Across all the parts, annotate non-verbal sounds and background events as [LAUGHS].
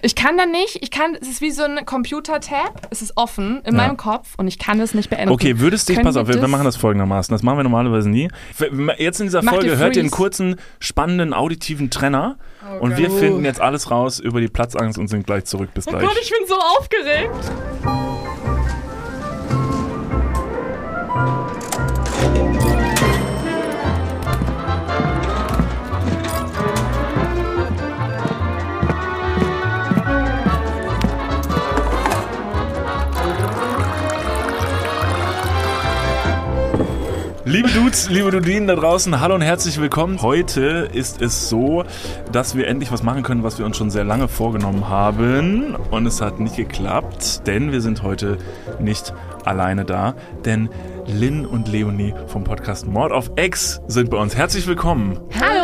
Ich kann da nicht, ich kann, es ist wie so ein Computer-Tab, es ist offen in Ja. meinem Kopf und ich kann es nicht beenden. Okay, würdest du dich, Können pass auf, wir, wir das- machen das folgendermaßen. Das machen wir normalerweise nie. F- Jetzt in dieser Mach Folge den hört ihr einen Freeze. Oh kurzen, spannenden, auditiven Trenner. und wir finden jetzt alles raus über die Platzangst und sind gleich zurück. Bis Oh gleich. Gott, ich bin so aufgeregt. Liebe Dudes, liebe Dudinen da draußen, hallo und herzlich willkommen. Heute ist es so, dass wir endlich was machen können, was wir uns schon sehr lange vorgenommen haben. Und es hat nicht geklappt, denn wir sind heute nicht alleine da. Denn Lynn und Leonie vom Podcast Mord auf Ex sind bei uns. Herzlich willkommen. Hallo!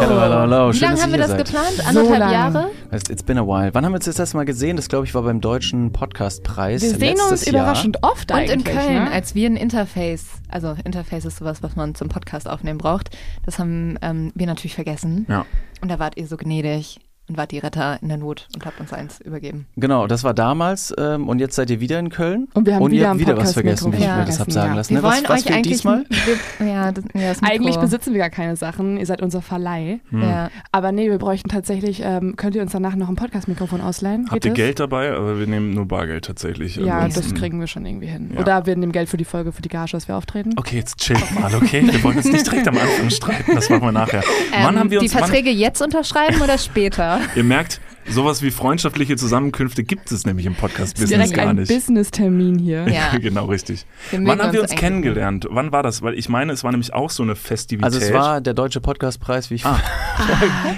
Hallo, hallo, hallo. Wie Schön, lange dass haben wir ihr das hier seid. geplant? Anderthalb lange. Jahre? Heißt, It's been a while. Wann haben wir uns das letzte Mal gesehen? Das, glaube ich, war beim Deutschen Podcastpreis. Wir sehen letztes uns Jahr. überraschend oft Und eigentlich. in Köln, ne? als wir ein Interface, also Interface ist sowas, was man zum Podcast aufnehmen braucht, das haben ähm, wir natürlich vergessen. Ja. Und da wart ihr so gnädig und wart die Retter in der Not und habt uns eins übergeben. Genau, das war damals. Ähm, und jetzt seid ihr wieder in Köln. Und wir haben wieder ihr am habt wieder was vergessen, Podcast-Mikrofon wie ich mir das vergessen, hab sagen ja. lassen. ne? was, was fehlt diesmal? [LAUGHS] Wir, ja, das, ja, das Mikro. Eigentlich besitzen wir gar keine Sachen, ihr seid unser Verleih. Hm. Ja. Ähm, Aber nee, wir bräuchten tatsächlich, ähm, könnt ihr uns danach noch ein Podcast-Mikrofon ausleihen? Habt Geht ihr das? Geld dabei? Aber wir nehmen nur Bargeld tatsächlich. Ja, das Ansonsten- kriegen wir schon irgendwie hin. Ja. Oder wir nehmen Geld für die Folge, für die Gage, dass wir auftreten. Okay, jetzt chillt mal, okay? Wir wollen jetzt nicht direkt am Anfang streiten, das machen wir nachher. wann Ähm, haben wir uns die wann, Verträge jetzt unterschreiben oder später? Ihr merkt, sowas wie freundschaftliche Zusammenkünfte gibt es nämlich im Podcast-Business Direkt gar ein nicht. [LAUGHS] Business-Termin hier. Ja. genau, richtig. Wir Wann mögen haben wir uns eigentlich. kennengelernt? Wann war das? Weil ich meine, es war nämlich auch so eine Festivität. Also es war der Deutsche Podcastpreis, wie ich... [LAUGHS]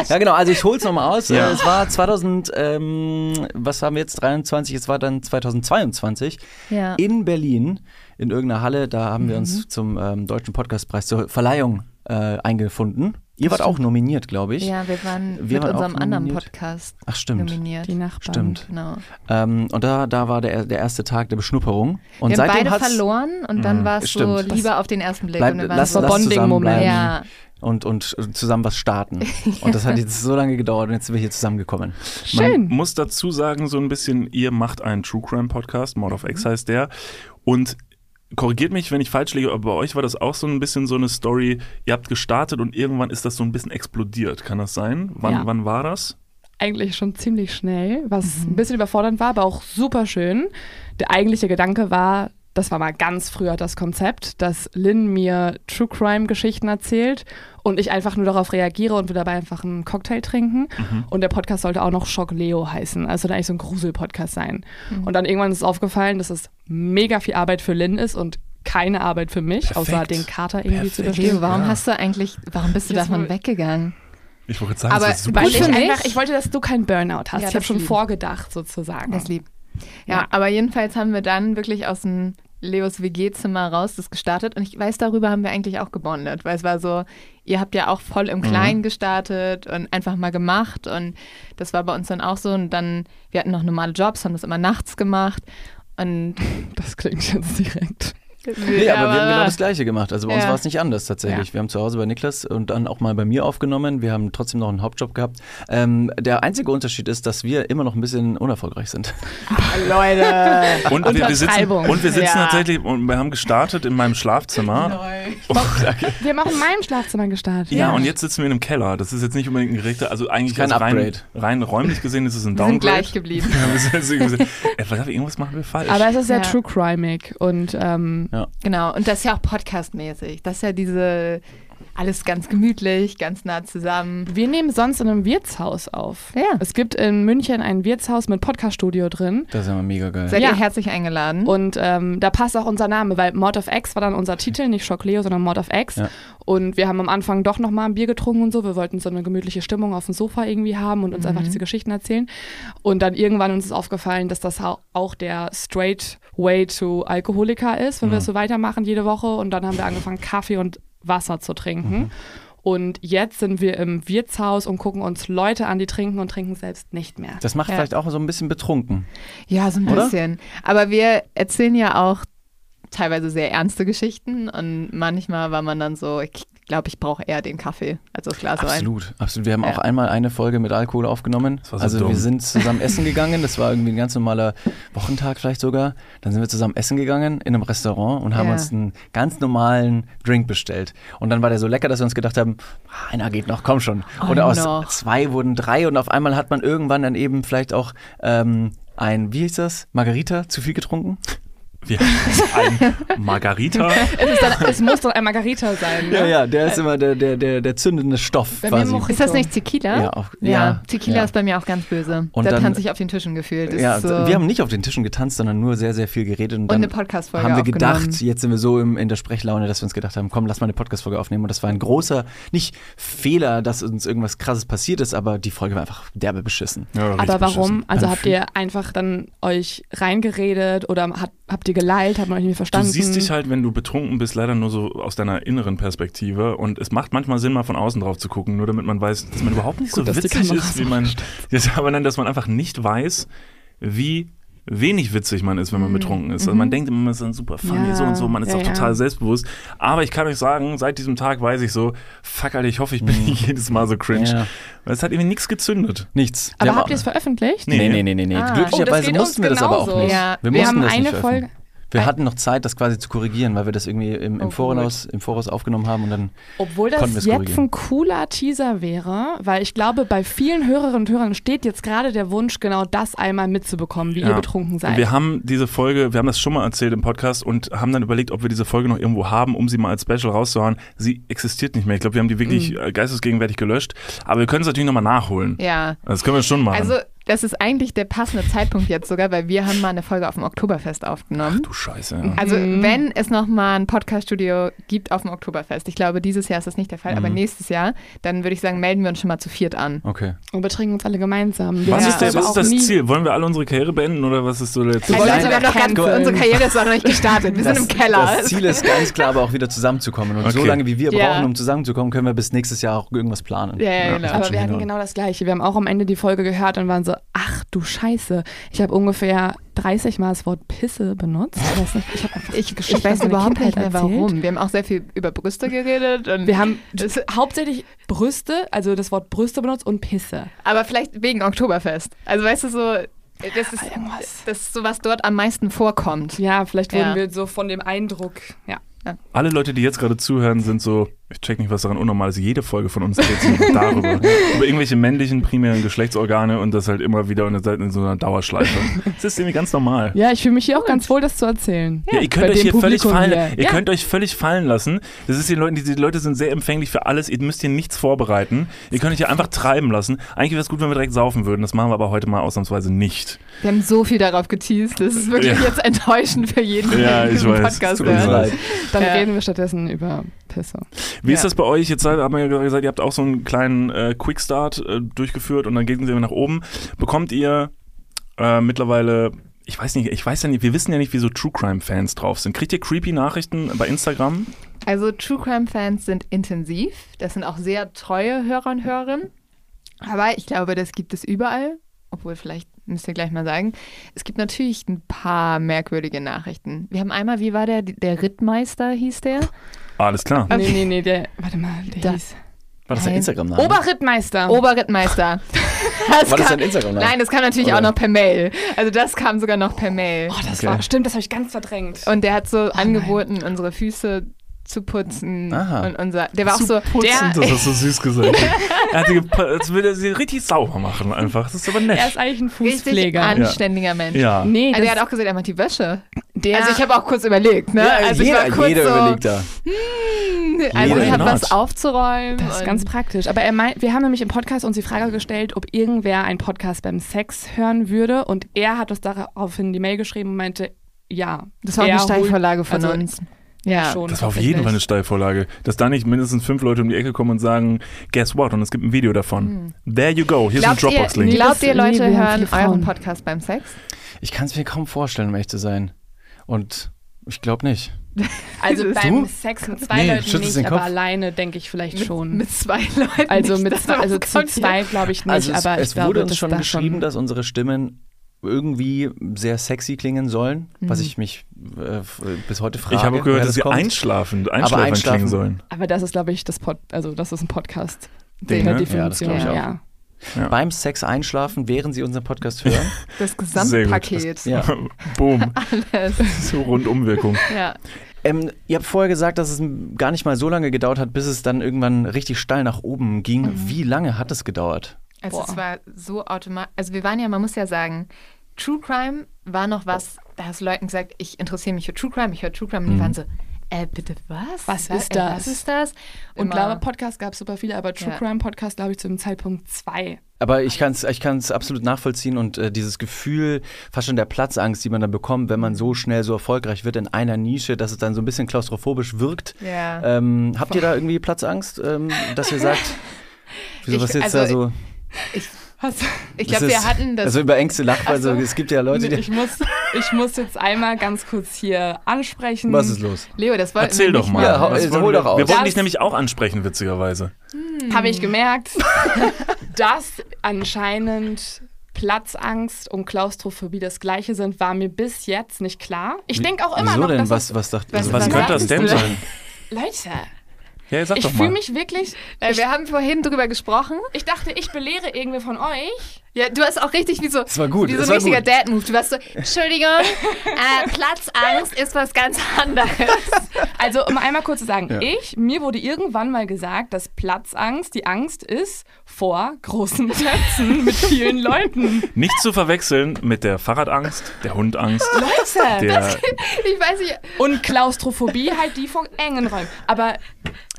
ja genau, also ich hol's nochmal aus. Ja. Äh, Es war 2000, ähm, was haben wir jetzt, 23, es war dann 2022 Ja. in Berlin, in irgendeiner Halle, da haben wir Mhm. uns zum ähm, Deutschen Podcastpreis zur Verleihung äh, eingefunden. Ihr wart auch nominiert, glaube ich. Ja, wir waren Wir mit waren auch unserem anderen nominiert. Podcast Ach stimmt. nominiert. Die Nachbarn. Stimmt. Genau. Ähm, und da, da war der, der erste Tag der Beschnupperung. Und wir haben seitdem beide hat's- Mhm, verloren und dann war es so stimmt. lieber auf den ersten Blick. Bleib, und wir waren lass, so lass zusammenbleiben Bonding-Moment. Ja. und, und zusammen [LAUGHS] was starten. Und das hat jetzt so lange gedauert und jetzt sind wir hier zusammengekommen. Schön. Man muss dazu sagen, so ein bisschen, ihr macht einen True Crime Podcast, Mord of X heißt der. Und korrigiert mich, wenn ich falsch liege, aber bei euch war das auch so ein bisschen so eine Story. Ihr habt gestartet und irgendwann ist das so ein bisschen explodiert. Kann das sein? Wann, Ja. wann war das? Eigentlich schon ziemlich schnell, was Mhm. ein bisschen überfordernd war, aber auch super schön. Der eigentliche Gedanke war, das war mal ganz früher das Konzept, dass Lynn mir True Crime Geschichten erzählt und ich einfach nur darauf reagiere und wir dabei einfach einen Cocktail trinken. Mhm. Und der Podcast sollte auch noch Schock Leo heißen, also sollte eigentlich so ein Grusel-Podcast sein. Mhm. Und dann irgendwann ist aufgefallen, dass es mega viel Arbeit für Lynn ist und keine Arbeit für mich, außer Perfekt. den Kater irgendwie zu Perfekt. überstehen. Leo, warum hast du eigentlich, warum bist du Jetzt davon mal- weggegangen? Ich wollte sagen, Aber das ist super Weil Gut ich für mich. einfach, ich wollte, dass du keinen Burnout hast. Ja, ich das habe schon lieb. vorgedacht sozusagen. Das lieb. Ja, Ja. aber jedenfalls haben wir dann wirklich aus dem Leos WG-Zimmer raus das gestartet und ich weiß, darüber haben wir eigentlich auch gebondet, weil es war so, ihr habt ja auch voll Mhm. im Kleinen gestartet und einfach mal gemacht und das war bei uns dann auch so und dann, wir hatten noch normale Jobs, haben das immer nachts gemacht und Das klingt jetzt direkt. Nee, aber wir haben genau [LAUGHS] das Gleiche gemacht. Also bei uns Ja. war es nicht anders tatsächlich. Wir haben zu Hause bei Niklas und dann auch mal bei mir aufgenommen. Wir haben trotzdem noch einen Hauptjob gehabt. Ähm, der einzige Unterschied ist, dass wir immer noch ein bisschen unerfolgreich sind. Ah, Leute. Und wir, wir sitzen, Untertreibung. und wir sitzen Ja. tatsächlich und wir haben gestartet in meinem Schlafzimmer. Wir haben auch in meinem Schlafzimmer gestartet. Ja, und jetzt sitzen wir in einem Keller. Das ist jetzt nicht unbedingt ein direkter, also eigentlich Kein also rein, Upgrade. rein räumlich gesehen ist es ein Wir sind Downgrade. gleich geblieben. [LAUGHS] Ja, wir sind- sind- sind- Ey, verdammt, irgendwas machen wir falsch. Aber es ist sehr Ja. true crimeig und ähm, Genau, und das ist ja auch podcastmäßig. Das ist ja diese, alles ganz gemütlich, ganz nah zusammen. wir nehmen sonst in einem Wirtshaus auf. Ja. Es gibt in München ein Wirtshaus mit Podcast-Studio drin. [LAUGHS] Das ist ja mal mega geil. Seid Ja. ihr herzlich Mhm. eingeladen? Und ähm, da passt auch unser Name, weil Mord of X war dann unser Titel, nicht Schock Leo, sondern Mord of X. Ja. Und wir haben am Anfang doch nochmal ein Bier getrunken und so. Wir wollten so eine gemütliche Stimmung auf dem Sofa irgendwie haben und uns Mhm. einfach diese Geschichten erzählen. Und dann irgendwann uns ist aufgefallen, dass das hau- auch der straight way to Alkoholiker ist, wenn wir es so weitermachen jede Woche. Und dann haben wir angefangen, Kaffee und Wasser zu trinken. Mhm. Und jetzt sind wir im Wirtshaus und gucken uns Leute an, die trinken und trinken selbst nicht mehr. Das macht Ja. vielleicht auch so ein bisschen betrunken. ja, so ein Oder? bisschen. Aber wir erzählen ja auch teilweise sehr ernste Geschichten und manchmal war man dann so, ich glaube, ich brauche eher den Kaffee als das Glas Wein. Absolut, absolut. Wir haben Ja. auch einmal eine Folge mit Alkohol aufgenommen. Das war so also dumm. wir sind zusammen essen gegangen. Das war irgendwie ein ganz normaler Wochentag vielleicht sogar. Dann sind wir zusammen essen gegangen in einem Restaurant und haben Ja. uns einen ganz normalen Drink bestellt. Und dann war der so lecker, dass wir uns gedacht haben, "Ah, einer geht noch, komm schon. Oh, Oder aus noch. zwei wurden drei und auf einmal hat man irgendwann dann eben vielleicht auch ähm, ein, wie hieß das, Margarita zu viel getrunken. Wir ein [LAUGHS] Margarita. Es, ist dann, es muss doch ein Margarita [LAUGHS] sein. Ja, Ne? ja, der ist immer der, der, der, der zündende Stoff Bei mir quasi. mochte Ist das nicht Tequila? Ja, auf- ja, ja, Tequila ja. ist bei mir auch ganz böse. Und da dann- tanze ich auf den Tischen gefühlt. Das Ja, ist äh, so wir haben nicht auf den Tischen getanzt, sondern nur sehr, sehr viel geredet. Und, und dann eine Podcast-Folge haben wir aufgenommen. gedacht, jetzt sind wir so im, in der Sprechlaune, dass wir uns gedacht haben, komm, lass mal eine Podcast-Folge aufnehmen. Und das war ein großer, nicht Fehler, dass uns irgendwas krasses passiert ist, aber die Folge war einfach derbe beschissen. Ja, richtig Aber warum? beschissen. Also Ein habt ihr einfach dann euch reingeredet oder habt, habt ihr geleilt, habt man euch nicht Du verstanden? siehst dich halt, wenn du betrunken bist, leider nur so aus deiner inneren Perspektive. Und es macht manchmal Sinn, mal von außen drauf zu gucken, nur damit man weiß, dass man überhaupt nicht so Gut, dass die witzig Kamera ist, so wie man. [LAUGHS] Jetzt aber dann, dass man einfach nicht weiß, wie wenig witzig man ist, wenn man betrunken ist. Also man denkt immer, man ist dann super funny, Ja, so und so, man ist Mhm. ja, auch ja. total selbstbewusst. Aber ich kann euch sagen, seit diesem Tag weiß ich so, fuck Alter, ich hoffe, ich bin Mhm. nicht [LAUGHS] jedes Mal so cringe. Ja. Weil es hat irgendwie nichts gezündet. Nichts. Wir Aber haben habt auch- ihr es veröffentlicht? Nee. Nee, nee, nee, nee. nee. Ah. Oh, das Glücklicherweise geht mussten uns wir das aber auch genauso. nicht. Ja. Wir mussten haben das nicht eine veröffentlichen. Folge. Wir hatten noch Zeit, das quasi zu korrigieren, weil wir das irgendwie im, im, Oh, Voraus, im Voraus aufgenommen haben und dann. Obwohl das Konnten wir's jetzt korrigieren. ein cooler Teaser wäre, weil ich glaube, bei vielen Hörerinnen und Hörern steht jetzt gerade der Wunsch, genau das einmal mitzubekommen, wie ihr Ja. betrunken Und seid. Wir haben diese Folge, wir haben das schon mal erzählt im Podcast und haben dann überlegt, ob wir diese Folge noch irgendwo haben, um sie mal als Special rauszuhauen. Sie existiert nicht mehr. Ich glaube, wir haben die wirklich äh, geistesgegenwärtig gelöscht. Aber wir können es natürlich nochmal nachholen. ja. Das können wir schon machen. Also, das ist eigentlich der passende Zeitpunkt jetzt sogar, weil wir haben mal eine Folge auf dem Oktoberfest aufgenommen. du Scheiße. Ja. Also, Mhm. wenn es nochmal ein Podcast-Studio gibt auf dem Oktoberfest, ich glaube, dieses Jahr ist das nicht der Fall, aber nächstes Jahr, dann würde ich sagen, melden wir uns schon mal zu viert an. Okay. Und betrinken uns alle gemeinsam. Wir Was haben ist, der, aber was ist auch das nie- Ziel? Wollen wir alle unsere Karriere beenden oder was ist so der Ziel? Also, wollen Leute, wir haben noch ganz, canceln. unsere Karriere ist auch noch nicht gestartet. Wir Das- sind im Keller. Das Ziel ist ganz klar, aber auch wieder zusammenzukommen. Und so Okay. lange, wie wir Ja. brauchen, um zusammenzukommen, können wir bis nächstes Jahr auch irgendwas planen. ja, ja, genau. Aber wir hatten Genau. genau das Gleiche. Wir haben auch am Ende die Folge gehört und waren so, ach du Scheiße. Ich habe ungefähr 30 Mal das Wort Pisse benutzt. Ich weiß nicht, ich habe einfach [LAUGHS] Ich, Geschichten ich weiß aus meiner überhaupt nicht Kindheit mehr erzählt. warum. Wir haben auch sehr viel über Brüste geredet. Und Wir [LAUGHS] haben Das- hauptsächlich Brüste, also das Wort Brüste benutzt und Pisse. aber vielleicht wegen Oktoberfest. Also weißt du so, das ist, irgendwas. das ist so, was dort am meisten vorkommt. Ja, vielleicht Ja. wurden wir so von dem Eindruck, ja. Alle Leute, die jetzt gerade zuhören, sind so, ich check nicht, was daran unnormal ist. Jede Folge von uns dreht sich [LAUGHS] darüber. Über irgendwelche männlichen, primären Geschlechtsorgane und das halt immer wieder und ihr seid in so einer Dauerschleife. Das ist irgendwie ganz normal. Ja, ich fühle mich hier auch ganz wohl, das zu erzählen. Ja, ihr könnt Bei euch dem hier völlig Publikum fallen, hier. ihr Ja. könnt euch völlig fallen lassen. Das ist den Leuten, die, die Leute sind sehr empfänglich für alles. Ihr müsst hier nichts vorbereiten. Ihr könnt euch hier einfach treiben lassen. Eigentlich wäre es gut, wenn wir direkt saufen würden. Das machen wir aber heute mal ausnahmsweise nicht. Wir haben so viel darauf geteased. Das ist wirklich Ja. jetzt enttäuschend für jeden, Ja, der ich diesen weiß. Podcast Tut mir hört. leid. Dann Ja. reden wir stattdessen über Pisse. Wie ist Ja. das bei euch? Jetzt seid- haben wir ja gesagt, ihr habt auch so einen kleinen äh, Quickstart äh, durchgeführt und dann gehen sie nach oben. Bekommt ihr äh, mittlerweile, ich weiß nicht, ich weiß ja nicht, wir wissen ja nicht, wie so True Crime Fans drauf sind. Kriegt ihr creepy Nachrichten bei Instagram? Also True Crime Fans sind intensiv. Das sind auch sehr treue Hörer und Hörerinnen. Aber ich glaube, das gibt es überall. Obwohl, vielleicht müsst ihr gleich mal sagen. Es gibt natürlich ein paar merkwürdige Nachrichten. Wir haben einmal, wie war der? Der Rittmeister hieß der? Alles klar. Nee, nee, nee, der, warte mal, der Da- hieß... War das der Nein. Instagram-Name? Oh, Oberrittmeister. [LAUGHS] Oberrittmeister. Das War das kam- dein Instagram-Name? Nein, das kam natürlich Oder? auch noch per Mail. Also das kam sogar noch per Mail. oh, das Okay. war, stimmt, das habe ich ganz verdrängt. Und der hat Oh, so angeboten, unsere Füße zu putzen. Aha. Und unser, der war auch so, Putzen, der, das hast du süß gesagt. [LAUGHS] er hat sie, gepa- als würde er sie richtig sauber machen einfach. Das ist aber nett. er ist eigentlich ein richtig Fußpfleger. anständiger Mensch. ja. Nee, Also das, er hat auch gesagt, er macht die Wäsche. der, Also ich habe auch kurz überlegt, ne? Ja, also jeder, ich war kurz jeder so, überlegt da. also Jeder. ich habe Why was not? aufzuräumen. das ist und- ganz praktisch. Aber er meint, wir haben nämlich im Podcast uns die Frage gestellt, ob irgendwer einen Podcast beim Sex hören würde. Und er hat uns daraufhin die Mail geschrieben und meinte, ja. das war auch Er eine holt- Steilvorlage von also uns. Ja. Schon Das war auf jeden Fall eine Steilvorlage. Dass da nicht mindestens fünf Leute um die Ecke kommen und sagen, guess what? Und es gibt ein Video davon. Hm. There you go. Hier Glaubt ist ein ihr, Dropbox-Link. glaubt ihr, Nee, Leute wir haben hören viele Frauen. euren Podcast beim Sex? Ich kann es mir kaum vorstellen, um ehrlich zu sein. Und ich glaube nicht. Also Du? beim Sex mit zwei Nee, Leuten nicht, schüttelst den aber Kopf. alleine denke ich vielleicht schon. Mit zwei Leuten. also nicht, mit dass zwei, da also was zu kommt hier. zwei glaube ich nicht, also es, aber es ich glaube, wurde dass uns schon da geschrieben, dass unsere Stimmen irgendwie sehr sexy klingen sollen, Mhm. was ich mich äh, f- bis heute frage. Ich habe auch gehört, woher dass sie kommt. einschlafend, einschlafend einschlafen- klingen sollen. Aber das ist, glaube ich, das Pod, also das ist ein Podcast. Ding, per ne? Ja, das Definition. glaub ich auch. ja. beim Sex einschlafen, während sie unseren [LAUGHS] Podcast hören. Das Sehr gut. Gesamtpaket. ja. [LAUGHS] Boom, Alles. so [LAUGHS] Rundumwirkung. ja. Ähm, ihr habt vorher gesagt, dass es m- gar nicht mal so lange gedauert hat, bis es dann irgendwann richtig steil nach oben ging. Mhm. Wie lange hat es gedauert? Also Boah. es war so automatisch. Also wir waren ja, man muss ja sagen, True Crime war noch was, da hast du Leuten gesagt, ich interessiere mich für True Crime, ich höre True Crime und die waren so, äh, bitte was? Was ist äh, das? Was ist das? Und Immer. Laber-Podcast gab es super viele, aber True Ja. Crime Podcast, glaube ich, zu dem Zeitpunkt zwei. Aber ich kann es ich kann's absolut nachvollziehen und äh, dieses Gefühl, fast schon der Platzangst, die man dann bekommt, wenn Mhm. man so schnell so erfolgreich wird in einer Nische, dass es dann so ein bisschen klaustrophobisch wirkt. Ja. Ähm, habt ihr da irgendwie Platzangst, ähm, dass [LAUGHS] ihr sagt, wieso Ich- was jetzt also, da so? [LAUGHS] Hast, ich glaube, ist- wir hatten das. Also über Ängste lacht, Ach also so. es gibt ja [LAUGHS] Leute, Nee, die. ich, muss, ich muss jetzt einmal ganz kurz hier ansprechen. Was ist los? Leo, das wollten Erzähl wir doch nicht mal. Ja, hau- Was äh, wollen hol wir- doch aus. Wir Das- wollen dich nämlich auch ansprechen, witzigerweise. Habe ich gemerkt, [LAUGHS] dass anscheinend Platzangst und Klaustrophobie das gleiche sind, war mir bis jetzt nicht klar. Ich denke auch immer wieso noch, denn? dass Was, es- was dacht was- also Was Dann könnte das sagst denn du- sein? Leute, Ja, sag ich doch mal. fühle mich wirklich. Äh, Ich, wir haben vorhin drüber gesprochen. ich dachte, ich belehre irgendwer von euch. Ja, du hast auch richtig wie so, war gut, wie so das ein war richtiger gut. Dad-Move. Du warst so, Entschuldigung, äh, Platzangst ist was ganz anderes. Also, um einmal kurz zu sagen, Ja. ich, mir wurde irgendwann mal gesagt, dass Platzangst die Angst ist vor großen Plätzen mit vielen Leuten. [LAUGHS] Nicht zu verwechseln mit der Fahrradangst, der Hundangst, [LAUGHS] Leute! der. Ich weiß nicht, Und Klaustrophobie halt die vor engen Räumen. Aber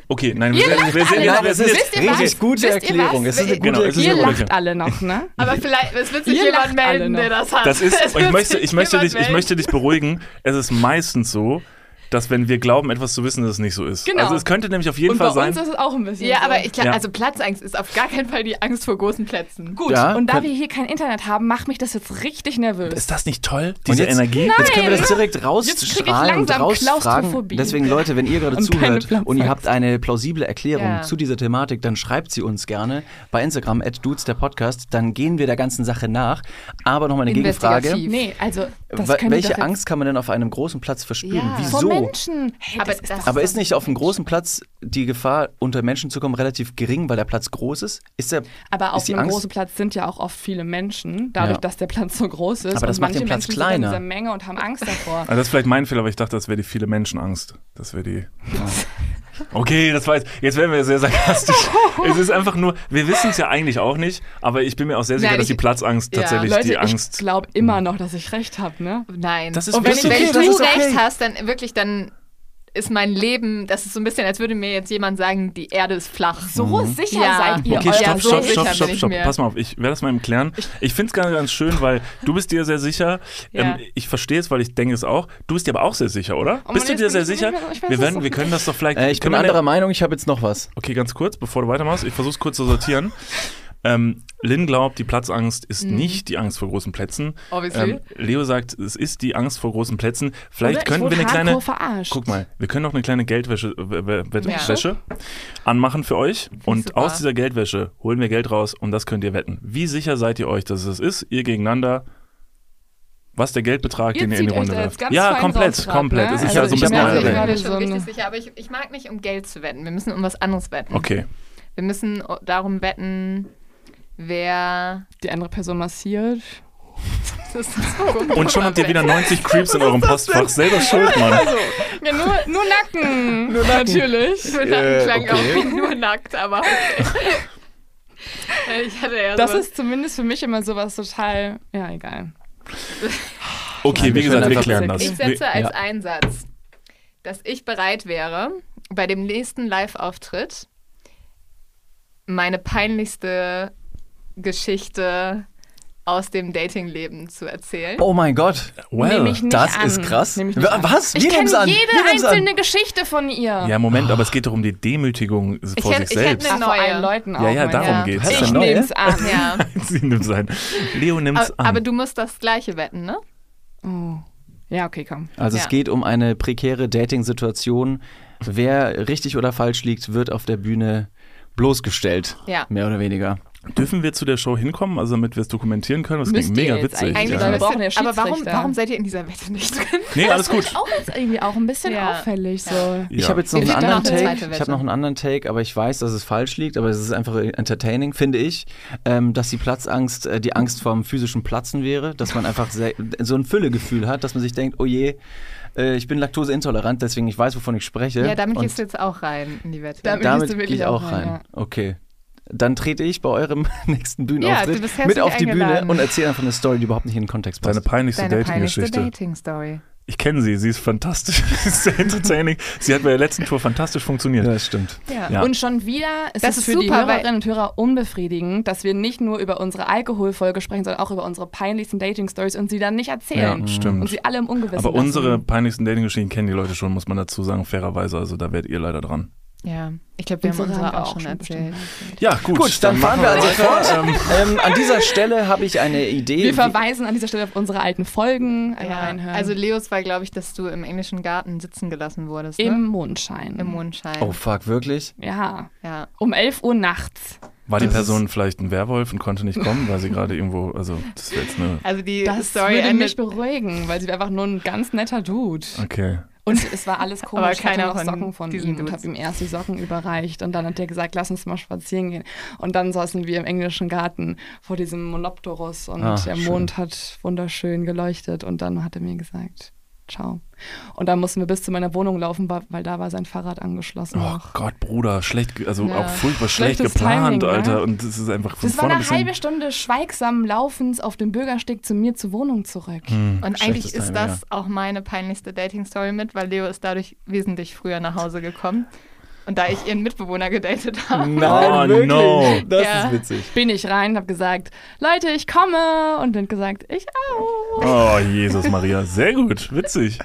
Okay, nein, wir Ihr sind, wir lacht sind alle. jetzt. Wir Nein, das sind ist jetzt Wisst ihr richtig was? gute Wisst ihr Erklärung. was? Es ist eine Genau, gute es ist ihr eine Erklärung. gute- lacht alle noch, ne? aber vielleicht, es wird sich Ihr jemand lacht alle melden, noch. der das hat. das [LAUGHS] Es ist, wird ich möchte, sich ich, möchte jemand dich, ich melden. möchte dich beruhigen. Es ist meistens so, dass wenn wir glauben, etwas zu wissen, dass es nicht so ist. Genau. Also es könnte nämlich auf jeden Und bei Fall sein. uns ist es auch ein bisschen. Ja, so. aber ich glaube, Ja. also Platzangst ist auf gar keinen Fall die Angst vor großen Plätzen. Gut, Ja, und da kann- wir hier kein Internet haben, macht mich das jetzt richtig nervös. ist das nicht toll? Und Diese Energie? Jetzt können wir das direkt Jetzt krieg ich rausstrahlen und langsam rausfragen. Klaustrophobie. Deswegen, Leute, wenn ihr gerade Und keine zuhört und ihr Platzangst. habt eine plausible Erklärung Ja. zu dieser Thematik, dann schreibt sie uns gerne bei Instagram at dudes der Podcast. Dann gehen wir der ganzen Sache nach. Aber nochmal eine Gegenfrage. Investigativ. Nee, also das Wa- können wir doch Welche jetzt- Angst kann man denn auf einem großen Platz verspüren? Ja. vor Menschen? Wieso? Hey, Aber das ist das- Aber ist nicht auf einem großen Platz die Gefahr, unter Menschen zu kommen, relativ gering, weil der Platz groß ist? Ist, der, Aber ist auf die einem Angst großen Platz sind ja auch oft viele Menschen, dadurch, Ja. dass der Platz so groß ist. Aber das und macht manche den Platz Menschen sind dann in kleiner. dieser Menge und haben Angst davor. Also das ist vielleicht mein Fehler, weil ich dachte, das wäre die viele Menschenangst. Das wäre die. Okay, das war jetzt. Jetzt werden wir sehr sarkastisch. es ist einfach nur, wir wissen es ja eigentlich auch nicht, aber ich bin mir auch sehr sicher, Nein, dass die ich- Platzangst ja. tatsächlich Leute, die Angst. Hm. ich glaube immer noch, dass ich recht habe, ne? Nein. Das ist Und wenn, okay, wenn das du ist okay. recht hast, dann wirklich, dann ist mein Leben, das ist so ein bisschen, als würde mir jetzt jemand sagen, die Erde ist flach. Also So sicher Ja. seid ihr. Hm. Okay, euer stopp, so stopp, sicher stopp, bin stopp, ich stopp. mir. Pass mal auf, ich werde das mal im Klären. Ich finde es ganz, ganz schön, weil du bist dir sehr sicher. Ja. Ähm, ich verstehe es, weil ich denke es auch. Du bist dir aber auch sehr sicher, oder? Oh Mann, bist du jetzt dir bin sehr ich- sicher? ich weiß es wir, werden, doch wir können das doch vielleicht. äh, ich bin können wir eine- anderer Meinung, ich habe jetzt noch was. Okay, ganz kurz, bevor du weitermachst, ich versuche es kurz zu sortieren. Ähm, Lynn glaubt, die Platzangst ist Mhm. nicht die Angst vor großen Plätzen. Ähm, Obviously. Leo sagt, es ist die Angst vor großen Plätzen. Vielleicht Oder ich könnten wurde wir eine kleine. hardcore verarscht. Guck mal, wir können auch eine kleine Geldwäsche äh, w- w- w- Ja. Wäsche anmachen für euch. Und super. aus dieser Geldwäsche holen wir Geld raus und das könnt ihr wetten. Wie sicher seid ihr euch, dass es ist? Ihr gegeneinander. Was der Geldbetrag, Ihr den ihr in die zieht euch Runde da jetzt werft. ganz Ja, fein komplett, raus grad, komplett. ne? Es ist Also ja so ein ich bisschen merke Ja, ich bin gerade eine mir schon so eine- richtig sicher, aber ich, ich mag nicht um Geld zu wetten. Wir müssen um was anderes wetten. Okay. Wir müssen o- darum wetten, wer. Die andere Person massiert. Das ist [LAUGHS] so Und schon habt ihr wieder 90 Creeps in eurem Postfach. Selber schuld, Mann. Ja, nur, nur Nacken. [LAUGHS] nur Nacken. Natürlich. Mit Äh, äh, klang okay. auch wie nur nackt, aber [LAUGHS] [LAUGHS] okay. ich hatte ja Also Das so ist zumindest für mich immer sowas total. Ja, egal. Okay, Nein, wie wir gesagt, können wir einfach klären das. sechs. Ich Wir- setze als ja. Einsatz, dass ich bereit wäre, bei dem nächsten Live-Auftritt meine peinlichste Geschichte aus dem Dating-Leben zu erzählen. Oh mein Gott. Well, Nehme ich nicht Das an. ist krass. Nehme ich nicht Wa- an. Was? Ich Wir kenne nehmen's jede an. Wir nehmen's an. einzelne Geschichte von ihr. ja, Moment, aber es geht doch um die Demütigung vor hätte- sich ich hätte selbst. Ah, vor Neue. allen Leuten auch. Ja, ja, meinst du? darum Ja. geht's. Hast du Ich eine neue? nehm's an. Ja. [LAUGHS] Sie nimmt's an. Leo nimmt's Aber, an. aber du musst das gleiche wetten, ne? [LAUGHS] Ja, okay, komm. Also Ja. es geht um eine prekäre Dating-Situation. Wer richtig oder falsch liegt, wird auf der Bühne bloßgestellt. Ja. Mehr oder weniger. Dürfen wir zu der Show hinkommen, also damit wir es dokumentieren können? Das Müsst klingt ihr mega jetzt witzig. eigentlich, Eigentlich weil ja. wir brauchen ja Aber warum, Schiedsrichter. warum seid ihr in dieser Wette nicht drin? Nee, alles gut. Auch jetzt irgendwie auch ein bisschen Ja. auffällig so. Ich habe jetzt noch einen Ich hab noch anderen eine Take. zweite Ich habe noch einen anderen Take, aber ich weiß, dass es falsch liegt, aber es ist einfach entertaining, finde ich, ähm, dass die Platzangst äh, die Angst vorm physischen Platzen wäre, dass man einfach sehr, so ein Füllegefühl hat, dass man sich denkt, oh je, äh, ich bin laktoseintolerant, deswegen ich weiß, wovon ich spreche. Ja, damit Und gehst du jetzt auch rein in die Wette. Damit- damit gehst du gehe wirklich ich auch auch rein. rein, Okay. Dann trete ich bei eurem [LAUGHS] nächsten Ja, Bühnenauftritt du bist herzlich mit auf die Bühne eingeladen. und erzähle einfach eine Story, die überhaupt nicht in den Kontext passt. Deine peinlichste Deine peinlichste Dating-Geschichte. Dating-Story. Ich kenne sie, sie ist fantastisch. [LAUGHS] sie ist sehr entertaining. Sie hat bei der letzten Tour fantastisch funktioniert. ja, das stimmt. Ja. Und schon wieder ist Das das ist es für die super, weil- Hörerinnen und Hörer unbefriedigend, dass wir nicht nur über unsere Alkoholfolge sprechen, sondern auch über unsere peinlichsten Dating-Stories und sie dann nicht erzählen. Ja, stimmt. Und sie alle im Ungewissen Aber lassen. unsere peinlichsten Dating-Geschichten kennen die Leute schon, muss man dazu sagen, fairerweise. Also da werdet ihr leider dran. Ja, ich glaube, wir haben Unsere unsere haben wir auch auch schon schon erzählt. Ja, gut. Gut, dann fahren wir also fort. Ähm, [LAUGHS] ähm, an dieser Stelle habe ich eine Idee. Wir wie- verweisen an dieser Stelle auf unsere alten Folgen. Einmal reinhören. Also Leos war, glaube ich, dass du im englischen Garten sitzen gelassen wurdest, im ne? Mondschein. Im Mondschein. oh fuck, wirklich? ja. Ja. Um 11 Uhr nachts. war die Das ist- Person vielleicht ein Werwolf und konnte nicht kommen, weil sie gerade irgendwo, also das wäre jetzt eine... Also die Das Story würde mich endet, beruhigen, weil sie war einfach nur ein ganz netter Dude. Okay. Und es war alles komisch. [LAUGHS] Aber ich keiner hatte noch von Socken von diesen ihm und Dudes. habe ihm erst die Socken überreicht. Und dann hat er gesagt, lass uns mal spazieren gehen. Und dann saßen wir im englischen Garten vor diesem Monopterus und Ah, der schön. Mond hat wunderschön geleuchtet. Und dann hat er mir gesagt, ciao. Und dann mussten wir bis zu meiner Wohnung laufen, weil weil da war sein Fahrrad angeschlossen. Oh Gott, Bruder, schlecht, ge- also Ja. auch furchtbar schlecht Schlechtes Timing, geplant, ne? Alter. Und das ist einfach von das war vorne eine bis hin. halbe Stunde schweigsamen Laufens auf dem Bürgersteig zu mir zur Wohnung zurück. Hm, und Schlechtes eigentlich ist Timing, das auch meine peinlichste Dating-Story mit, weil Leo ist dadurch wesentlich früher nach Hause gekommen. Und da ich ihren Mitbewohner gedatet habe. Oh, no. Das Ja. ist witzig. Bin ich rein und habe gesagt, Leute, ich komme. Und dann gesagt, ich auch. Oh, Jesus Maria. Sehr gut, witzig.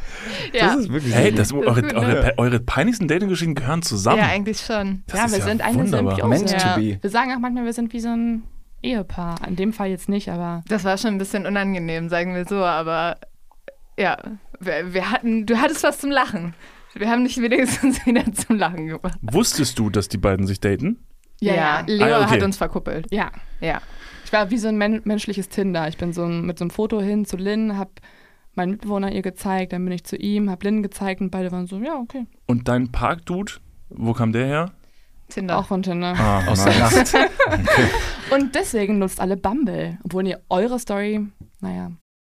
Ja, ist wirklich Hey, das, eure, gut, ne? eure, eure peinlichsten Dating-Geschichten gehören zusammen. ja eigentlich schon. Das Ja, ist wir sind eine wunderbar. Symbiose. meant Ja. to be. Wir sagen auch manchmal, wir sind wie so ein Ehepaar. In dem Fall jetzt nicht, aber Das war schon ein bisschen unangenehm, sagen wir so, aber ja, wir, wir hatten, du hattest was zum Lachen. Wir haben dich wenigstens [LAUGHS] wieder zum Lachen gebracht. Wusstest du, dass die beiden sich daten? Ja, ja. Leo Ah, ja, okay. hat uns verkuppelt. ja. Ja. Ich war wie so ein men menschliches Tinder. Ich bin so ein, mit so einem Foto hin zu Lynn, hab meinen Mitbewohner ihr gezeigt, dann bin ich zu ihm, hab Lynn gezeigt und beide waren so, ja, okay. Und dein Parkdude, wo kam der her? Tinder. Auch von Tinder. Ah, Oh, Aus der Nacht. Ah. Und deswegen nutzt alle Bumble. Obwohl ihr eure Story, naja. [LAUGHS]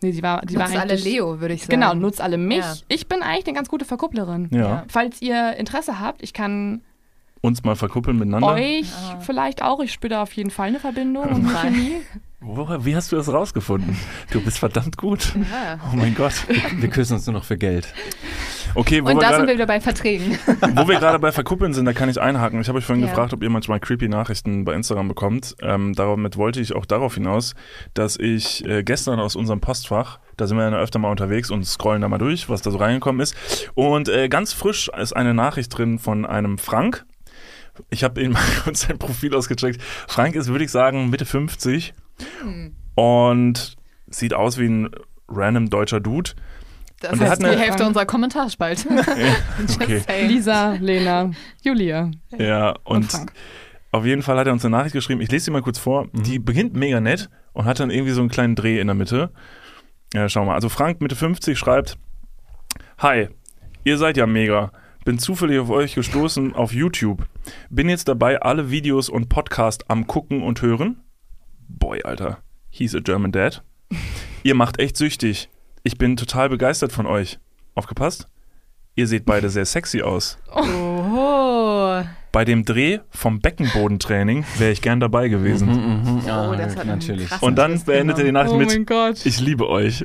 Nee, die war, die Nutzt war alle eigentlich. Leo, würde ich sagen. Genau, nutzt alle mich. Ja. Ich bin eigentlich eine ganz gute Verkupplerin. Ja. Ja. Falls ihr Interesse habt, ich kann Uns mal verkuppeln miteinander. euch Ah. vielleicht auch. Ich spüre da auf jeden Fall eine Verbindung und Nein. Chemie. Woher, wie hast du das rausgefunden? Du bist verdammt gut. Ja. Oh mein Gott. Wir küssen uns nur noch für Geld. Okay, wo, wir Und da sind wir gerade, wieder bei Verträgen. wo wir gerade bei Verkuppeln sind, da kann ich einhaken. Ich habe euch vorhin Ja. gefragt, ob ihr manchmal creepy Nachrichten bei Instagram bekommt. Ähm, damit wollte ich auch darauf hinaus, dass ich äh, gestern aus unserem Postfach, da sind wir ja öfter mal unterwegs und scrollen da mal durch, was da so reingekommen ist. Und äh, ganz frisch ist eine Nachricht drin von einem Frank. Ich habe eben [LAUGHS] mal kurz sein Profil ausgecheckt. Frank ist, würde ich sagen, Mitte 50 und sieht aus wie ein random deutscher Dude. Das Und er hat heißt die eine- Hälfte unserer Kommentarspalte. [LAUGHS] [LAUGHS] Just Okay. saying. Lisa, Lena, Julia Ja, und, und Frank. auf jeden Fall hat er uns eine Nachricht geschrieben. Ich lese sie mal kurz vor. Die beginnt mega nett und hat dann irgendwie so einen kleinen Dreh in der Mitte. Ja, schau mal. Also Frank Mitte 50 schreibt: Hi, ihr seid ja mega. Bin zufällig auf euch gestoßen auf YouTube. Bin jetzt dabei, alle Videos und Podcast am gucken und hören. Boy, Alter. He's a German Dad. Ihr macht echt süchtig. Ich bin total begeistert von euch. Aufgepasst? Ihr seht beide sehr sexy aus. Oh. Bei dem Dreh vom Beckenbodentraining wäre ich gern dabei gewesen. Mhm, Oh, das hat einen natürlich. krassen- Ah, Und dann Twist, beendete die genau. Nachricht Oh mit mein Gott. Ich liebe euch.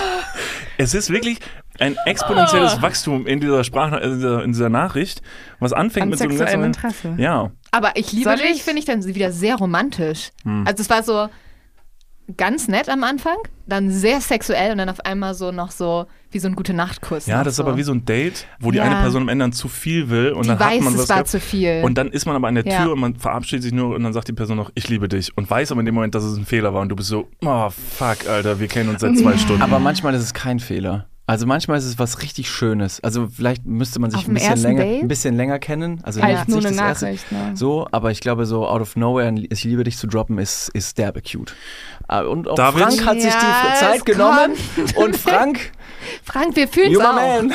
[LAUGHS] es ist wirklich ein Oh. exponentielles Wachstum in dieser Sprache, in dieser, in dieser Nachricht, was anfängt An mit so einem sexuellem ganzen- Interesse. Ja, Aber ich liebe Soll ich? dich, finde ich dann wieder sehr romantisch. Hm. Also es war so ganz nett am Anfang, dann sehr sexuell und dann auf einmal so noch so wie so ein gute Nachtkuss. ja, das ist aber wie so ein Date, wo die Ja. eine Person am Ende dann zu viel will und Die dann hat weiß, man was es war gehabt. zu viel. und dann ist man aber an der Tür Ja. und man verabschiedet sich nur und dann sagt die Person noch, ich liebe dich und weiß aber in dem Moment, dass es ein Fehler war und du bist so, oh fuck, Alter, wir kennen uns seit [LAUGHS] zwei Stunden. Aber manchmal ist es kein Fehler. Also manchmal ist es was richtig Schönes. Also vielleicht müsste man sich Auf ein dem bisschen, ersten länger, Date? ein bisschen länger kennen. Also Als nicht nur sich eine das erste- Nachricht, ne? So, aber ich glaube so out of nowhere, ein ich liebe dich zu droppen, ist, ist derbe cute. Ah, Und auch David? Frank hat sich Ja, die es Zeit genommen. Und Frank, Frank, wir fühlen es junger auch. Man,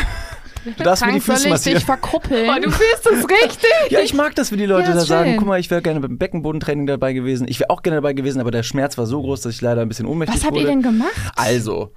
du darfst mir die Frank, Füße soll ich dich massieren. verkuppeln? Oh, du fühlst es richtig. [LAUGHS] Ja, ich mag das, wie die Leute Ja, da ist sagen, schön. guck mal, ich wäre gerne beim Beckenbodentraining dabei gewesen. Ich wäre auch gerne dabei gewesen, aber der Schmerz war so groß, dass ich leider ein bisschen ohnmächtig Was habt wurde. ihr denn gemacht? Also,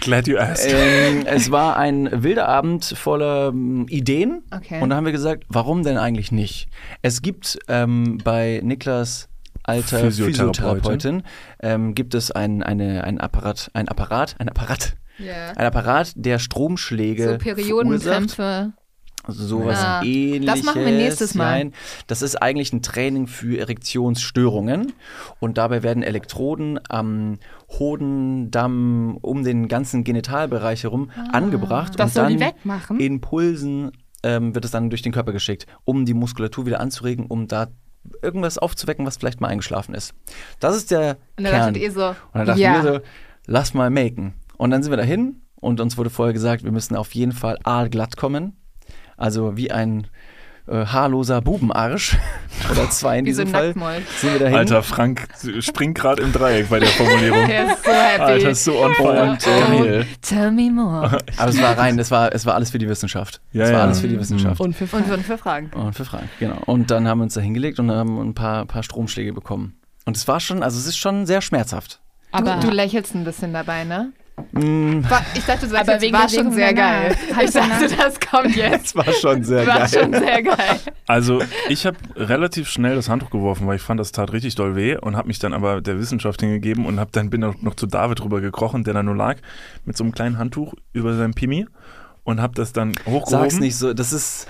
Glad you asked. ähm, [LAUGHS] es war ein wilder Abend voller ähm, Ideen. Okay. Und da haben wir gesagt, warum denn eigentlich nicht? Es gibt ähm, bei Niklas alter Physiotherapeutin. Physiotherapeutin, ähm, gibt es ein, eine, ein Apparat, ein Apparat, ein Apparat, Ja. ein Apparat, der So Stromschläge verursacht. Periodenkrämpfe. Also sowas Ja. ähnliches. Das machen wir nächstes Mal. Nein, das ist eigentlich ein Training für Erektionsstörungen. Und dabei werden Elektroden am Hodendamm um den ganzen Genitalbereich herum Ah. angebracht. Das und soll dann die wegmachen? In Pulsen ähm, wird es dann durch den Körper geschickt, um die Muskulatur wieder anzuregen, um da irgendwas aufzuwecken, was vielleicht mal eingeschlafen ist. Das ist der Und dann Kern. dachtet ihr so, und dann dachten ja. wir so, lass mal maken. Und dann sind wir dahin und uns wurde vorher gesagt, wir müssen auf jeden Fall A glatt kommen. Also wie ein äh, haarloser Bubenarsch [LAUGHS] oder zwei in Wie so diesem ein Fall Nacktmold. sind wir dahin. Alter, Frank springt gerade im Dreieck bei der Formulierung. Der ist so happy. Alter, ist so on fire. Und, äh, Tell me [LAUGHS] more. aber es war rein, es war, es war alles für die Wissenschaft. Ja, es war ja. Mhm. alles für die Wissenschaft. Und für Und Frank. fünf Fragen. Und für Frank, genau. Und dann haben wir uns da hingelegt und haben ein paar, paar Stromschläge bekommen. Und es war schon, also es ist schon sehr schmerzhaft. [LAUGHS] aber du, du lächelst ein bisschen dabei, ne? Mm, War- Ich dachte, du sagst, Aber jetzt, wegen war der schon Wegen sehr der geil. Nacht. Halb Ich dachte, das kommt jetzt. war schon sehr Halt [LAUGHS] War schon sehr geil. Also, ich habe relativ schnell das Handtuch geworfen, weil ich fand, das tat richtig doll weh und habe mich dann aber der Wissenschaft hingegeben und hab dann bin dann noch zu David rüber gekrochen, der da nur lag, mit so einem kleinen Handtuch über seinem Pimi und habe das dann hochgehoben. Sag's nicht so, das ist.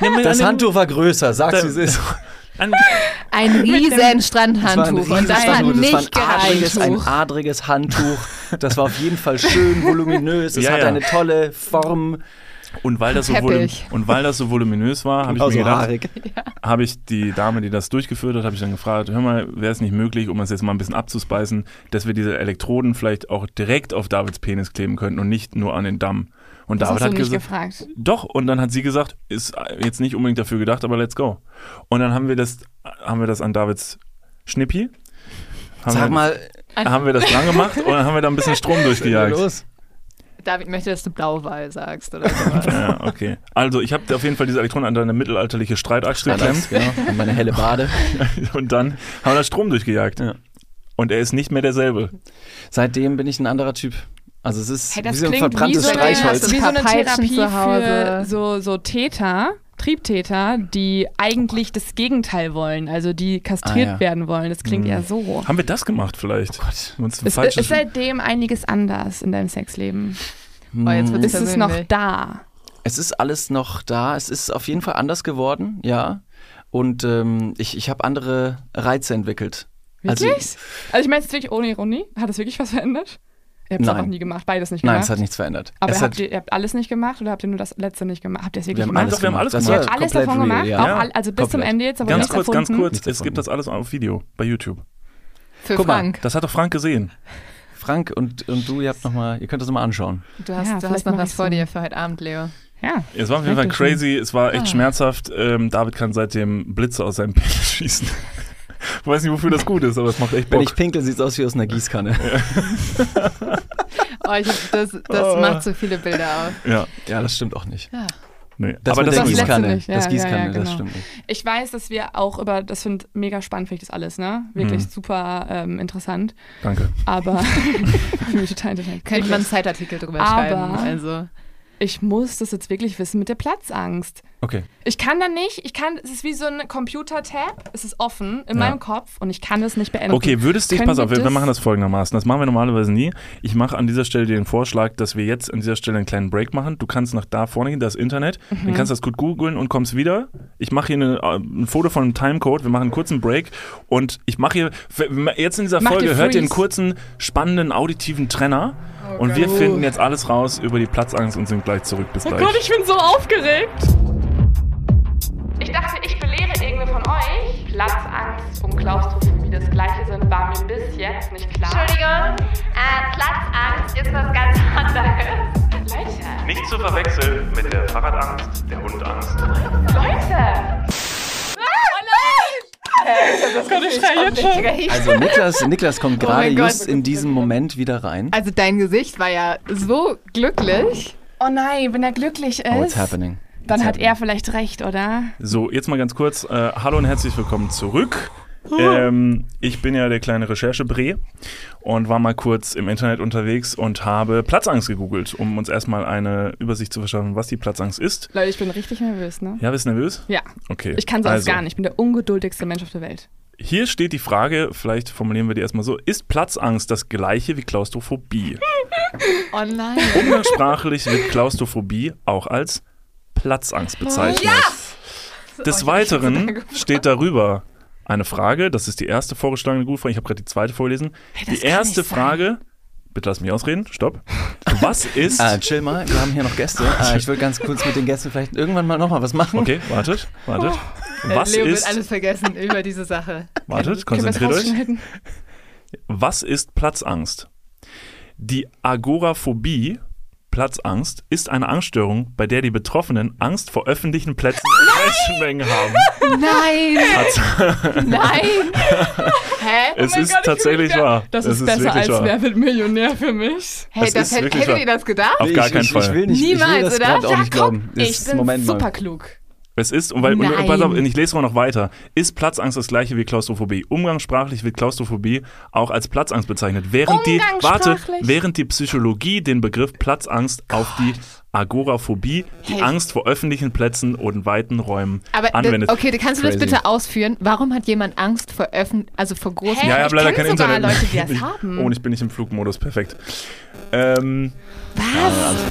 Nimm mir Das an den- Handtuch war größer, sag's wie es ist. An, Ein riesen Strandhandtuch. Und das hat Handtuch, das war nicht ein adriges, ein gereicht. adriges Handtuch. Das war auf jeden Fall schön voluminös. Es Ja, hatte ja. eine tolle Form. und, weil das so volum, Teppich. und weil das so voluminös war, habe ich mir Genauso gedacht, Also haarig. habe ich die Dame, die das durchgeführt hat, habe ich dann gefragt, hör mal, wäre es nicht möglich, um das jetzt mal ein bisschen abzuspeisen, dass wir diese Elektroden vielleicht auch direkt auf Davids Penis kleben könnten und nicht nur an den Damm. Und Das David hast du hat nicht gesagt, gefragt. doch. Und dann hat sie gesagt, ist äh, jetzt nicht unbedingt dafür gedacht, aber let's go. Und dann haben wir das, haben wir das an Davids Schnippi. Haben Sag wir, mal, Haben wir das dran gemacht und dann haben wir da ein bisschen Strom was ist denn da durchgejagt. los? David möchte, dass du Blauwal sagst oder sowas. Ja, okay. Also, ich habe auf jeden Fall diese Elektronen an deine mittelalterliche Streitachse geklemmt genau. Und meine helle Bade. [LAUGHS] und dann haben wir da Strom durchgejagt. Ja. Und er ist nicht mehr derselbe. Seitdem bin ich ein anderer Typ. Also es ist Hey, wie das so ein klingt wie verbranntes so eine- Streichholz. Wie so eine Ein paar Peitschen Therapie zu Hause. für so, so Täter, Triebtäter, die eigentlich das Gegenteil wollen, also die kastriert Ah, ja. werden wollen. Das klingt eher so. Haben wir das gemacht vielleicht? Oh Gott. Uns ein Ist, ist falsches seitdem einiges anders in deinem Sexleben? Mhm. Mm. Oh, jetzt wird's Ist es noch persönlich. da? Es ist alles noch da. Es ist auf jeden Fall anders geworden, ja. Und ähm, ich, ich habe andere Reize entwickelt. Also- Wirklich? Also, ich meine, es ist wirklich ohne Ironie. Hat es wirklich was verändert? Ihr habt es Nein. auch nie gemacht, beides nicht Nein, gemacht. es hat nichts verändert. Aber es habt hat, ihr, ihr habt alles nicht gemacht oder habt ihr nur das letzte nicht gemacht? Habt ihr es wirklich wir haben gemacht? alles Doch, wir haben gemacht. alles Das gemacht. war alles komplett davon real, gemacht? ja. Auch Ja. all, also bis zum Komplett. Ende jetzt, aber Ganz nichts kurz, ganz erfunden? kurz. Nichts Es gibt erfunden. das alles auf Video, bei YouTube. Für Guck mal, Frank. Das hat doch Frank gesehen. Frank und, und du, ihr habt noch mal, ihr könnt das nochmal anschauen. Du hast, Ja, du vielleicht hast noch mach was ich's vor so. dir für heute Abend, Leo. Ja. Es war auf jeden Fall Dankeschön. crazy, es war echt schmerzhaft. Ähm, David kann seitdem Blitze aus seinem Penis [LAUGHS] schießen. Ich weiß nicht, wofür das gut ist, aber es macht echt Wenn Bock. ich pinkel, sieht's aus wie aus einer Gießkanne. Oh, ich, das das Oh. macht so viele Bilder auf. ja, Ja, das stimmt auch nicht. nee. Das aber das mit der Das ist letzte Gießkanne, nicht, ja, das ja, Gießkanne, ja, das genau. stimmt nicht. Ich weiß, dass wir auch über, das finde mega spannend, finde ich das alles, ne? Wirklich Mhm. super ähm, interessant. Danke. [LAUGHS] Aber [LAUGHS] ich fühle mich total interessant. Könnte man einen Zeitartikel drüber Aber- schreiben. Also. Ich muss das jetzt wirklich wissen mit der Platzangst. Okay. Ich kann da nicht, ich kann, es ist wie so ein Computer-Tab, es ist offen in Ja. meinem Kopf und ich kann es nicht beenden. Okay, würdest dich, Können pass auf, wir wir, wir das- machen das folgendermaßen. Das machen wir normalerweise nie. Ich mache an dieser Stelle den Vorschlag, dass wir jetzt an dieser Stelle einen kleinen Break machen. Du kannst nach da vorne gehen, da ist Internet. Mhm. Dann kannst du das gut googeln und kommst wieder. Ich mache hier eine, äh, ein Foto von einem Timecode. Wir machen einen kurzen Break. Und ich mache hier, jetzt in dieser Mach Folge, dir hört ihr einen Freeze. Oh kurzen, spannenden, auditiven Trenner. und wir finden jetzt alles raus über die Platzangst und sind gleich zurück. Bis Oh gleich. Gott, ich bin so aufgeregt. Ich dachte, ich belehre irgendwen von euch. Platzangst und Klaustrophobie das gleiche sind, war mir bis jetzt nicht klar. Entschuldigung, Platzangst ist was ganz anderes. Leute, Nicht zu verwechseln mit der Fahrradangst, der Hundangst. Leute! Also Niklas, Niklas kommt Oh gerade mein Gott. just in diesem Moment wieder rein. also dein Gesicht war ja so glücklich. Oh nein, wenn er glücklich ist, Oh, it's happening. dann It's hat happening. er vielleicht recht, oder? So, jetzt mal ganz kurz. Äh, hallo und herzlich willkommen zurück. Ähm, ich bin ja der kleine Recherchebree und war mal kurz im Internet unterwegs und habe Platzangst gegoogelt, um uns erstmal eine Übersicht zu verschaffen, was die Platzangst ist. Leute, ich bin richtig nervös, ne? Ja, bist du nervös? Ja. Okay. Ich kann sowas also, gar nicht. Ich bin der ungeduldigste Mensch auf der Welt. Hier steht die Frage, vielleicht formulieren wir die erstmal so: Ist Platzangst das gleiche wie Klaustrophobie? Oh nein. Umgangssprachlich wird Klaustrophobie auch als Platzangst bezeichnet. Oh, Des Weiteren steht darüber eine Frage, das ist die erste vorgeschlagene Gutfrage, ich habe gerade die zweite vorgelesen. die erste Frage, bitte lass mich ausreden, stopp. Was ist, Ah, chill mal, wir haben hier noch Gäste. Ah, ich will ganz kurz mit den Gästen vielleicht irgendwann mal nochmal was machen. okay, wartet, wartet. Äh, Was Oh. Leo wird ist, alles vergessen über diese Sache. wartet, Können wir es konzentriert euch. rausschneiden? Was ist Platzangst? Die Agoraphobie, Platzangst, ist eine Angststörung, bei der die Betroffenen Angst vor öffentlichen Plätzen und Menschenmengen haben. [LAUGHS] Oh Nein, Tatsache. [LAUGHS] nein. Hä? Oh Es ist Gott, ich tatsächlich will nicht wahr. Das Es ist, besser wirklich als wahr. Wer wird Millionär für mich? Hey, Es das ist hätte, wirklich wahr. hättet ihr das gedacht? Auf Ich- gar ich, keinen Ich Fall. will nicht, ich will Niemals, das oder? grad auch Ja, nicht glauben. Ich Jetzt, bin Moment mal. super klug. Es ist, und weil, und, Nein. pass auf, ich lese mal noch weiter. Ist Platzangst das gleiche wie Klaustrophobie? Umgangssprachlich wird Klaustrophobie auch als Platzangst bezeichnet, während die, warte, Umgangssprachlich? während die Psychologie den Begriff Platzangst auf die Agoraphobie, die Hey. Angst vor öffentlichen Plätzen und weiten Räumen äh, Aber da- anwendet. okay, du kannst du das Crazy. bitte ausführen? Warum hat jemand Angst vor öffn also vor großen Hä? Ja, ich habe leider kenn kein sogar Internet. mehr. Leute, die das [LAUGHS] Ich- haben. Oh, und ich bin nicht im Flugmodus, perfekt. Ähm,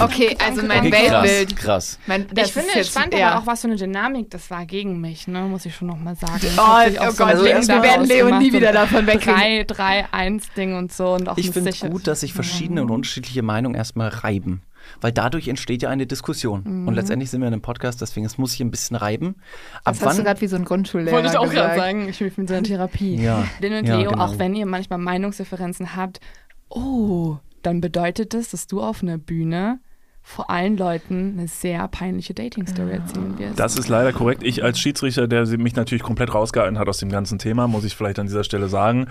Okay, also mein Okay, Weltbild. krass, krass. Mein, das ich finde ist es jetzt, spannend, ja. aber auch was für eine Dynamik das war gegen mich, ne? muss ich schon nochmal sagen. Das hat sich Oh, auch oh so Gott, ein Leo, Ding wir daraus werden Leo nie gemacht wieder und davon wegkriegen. 3, 3, 1 Ding und so und auch Ich eine finde es sichere- gut, dass sich verschiedene Mhm. und unterschiedliche Meinungen erstmal reiben. Weil dadurch entsteht ja eine Diskussion. Und letztendlich sind wir in einem Podcast, deswegen es muss sich ein bisschen reiben. Ab Mhm. Das hast du wann? gerade wie so ein Grundschullehrer Wollte ich auch gerade gesagt. sagen, ich fühle mich in so einer Therapie. Ja. Lin und Ja, Leo, genau. auch wenn ihr manchmal Meinungsdifferenzen habt, oh, dann bedeutet das, dass du auf einer Bühne vor allen Leuten eine sehr peinliche Dating-Story erzählen wirst. das ist leider korrekt. Ich als Schiedsrichter, der sie- mich natürlich komplett rausgehalten hat aus dem ganzen Thema, muss ich vielleicht an dieser Stelle sagen,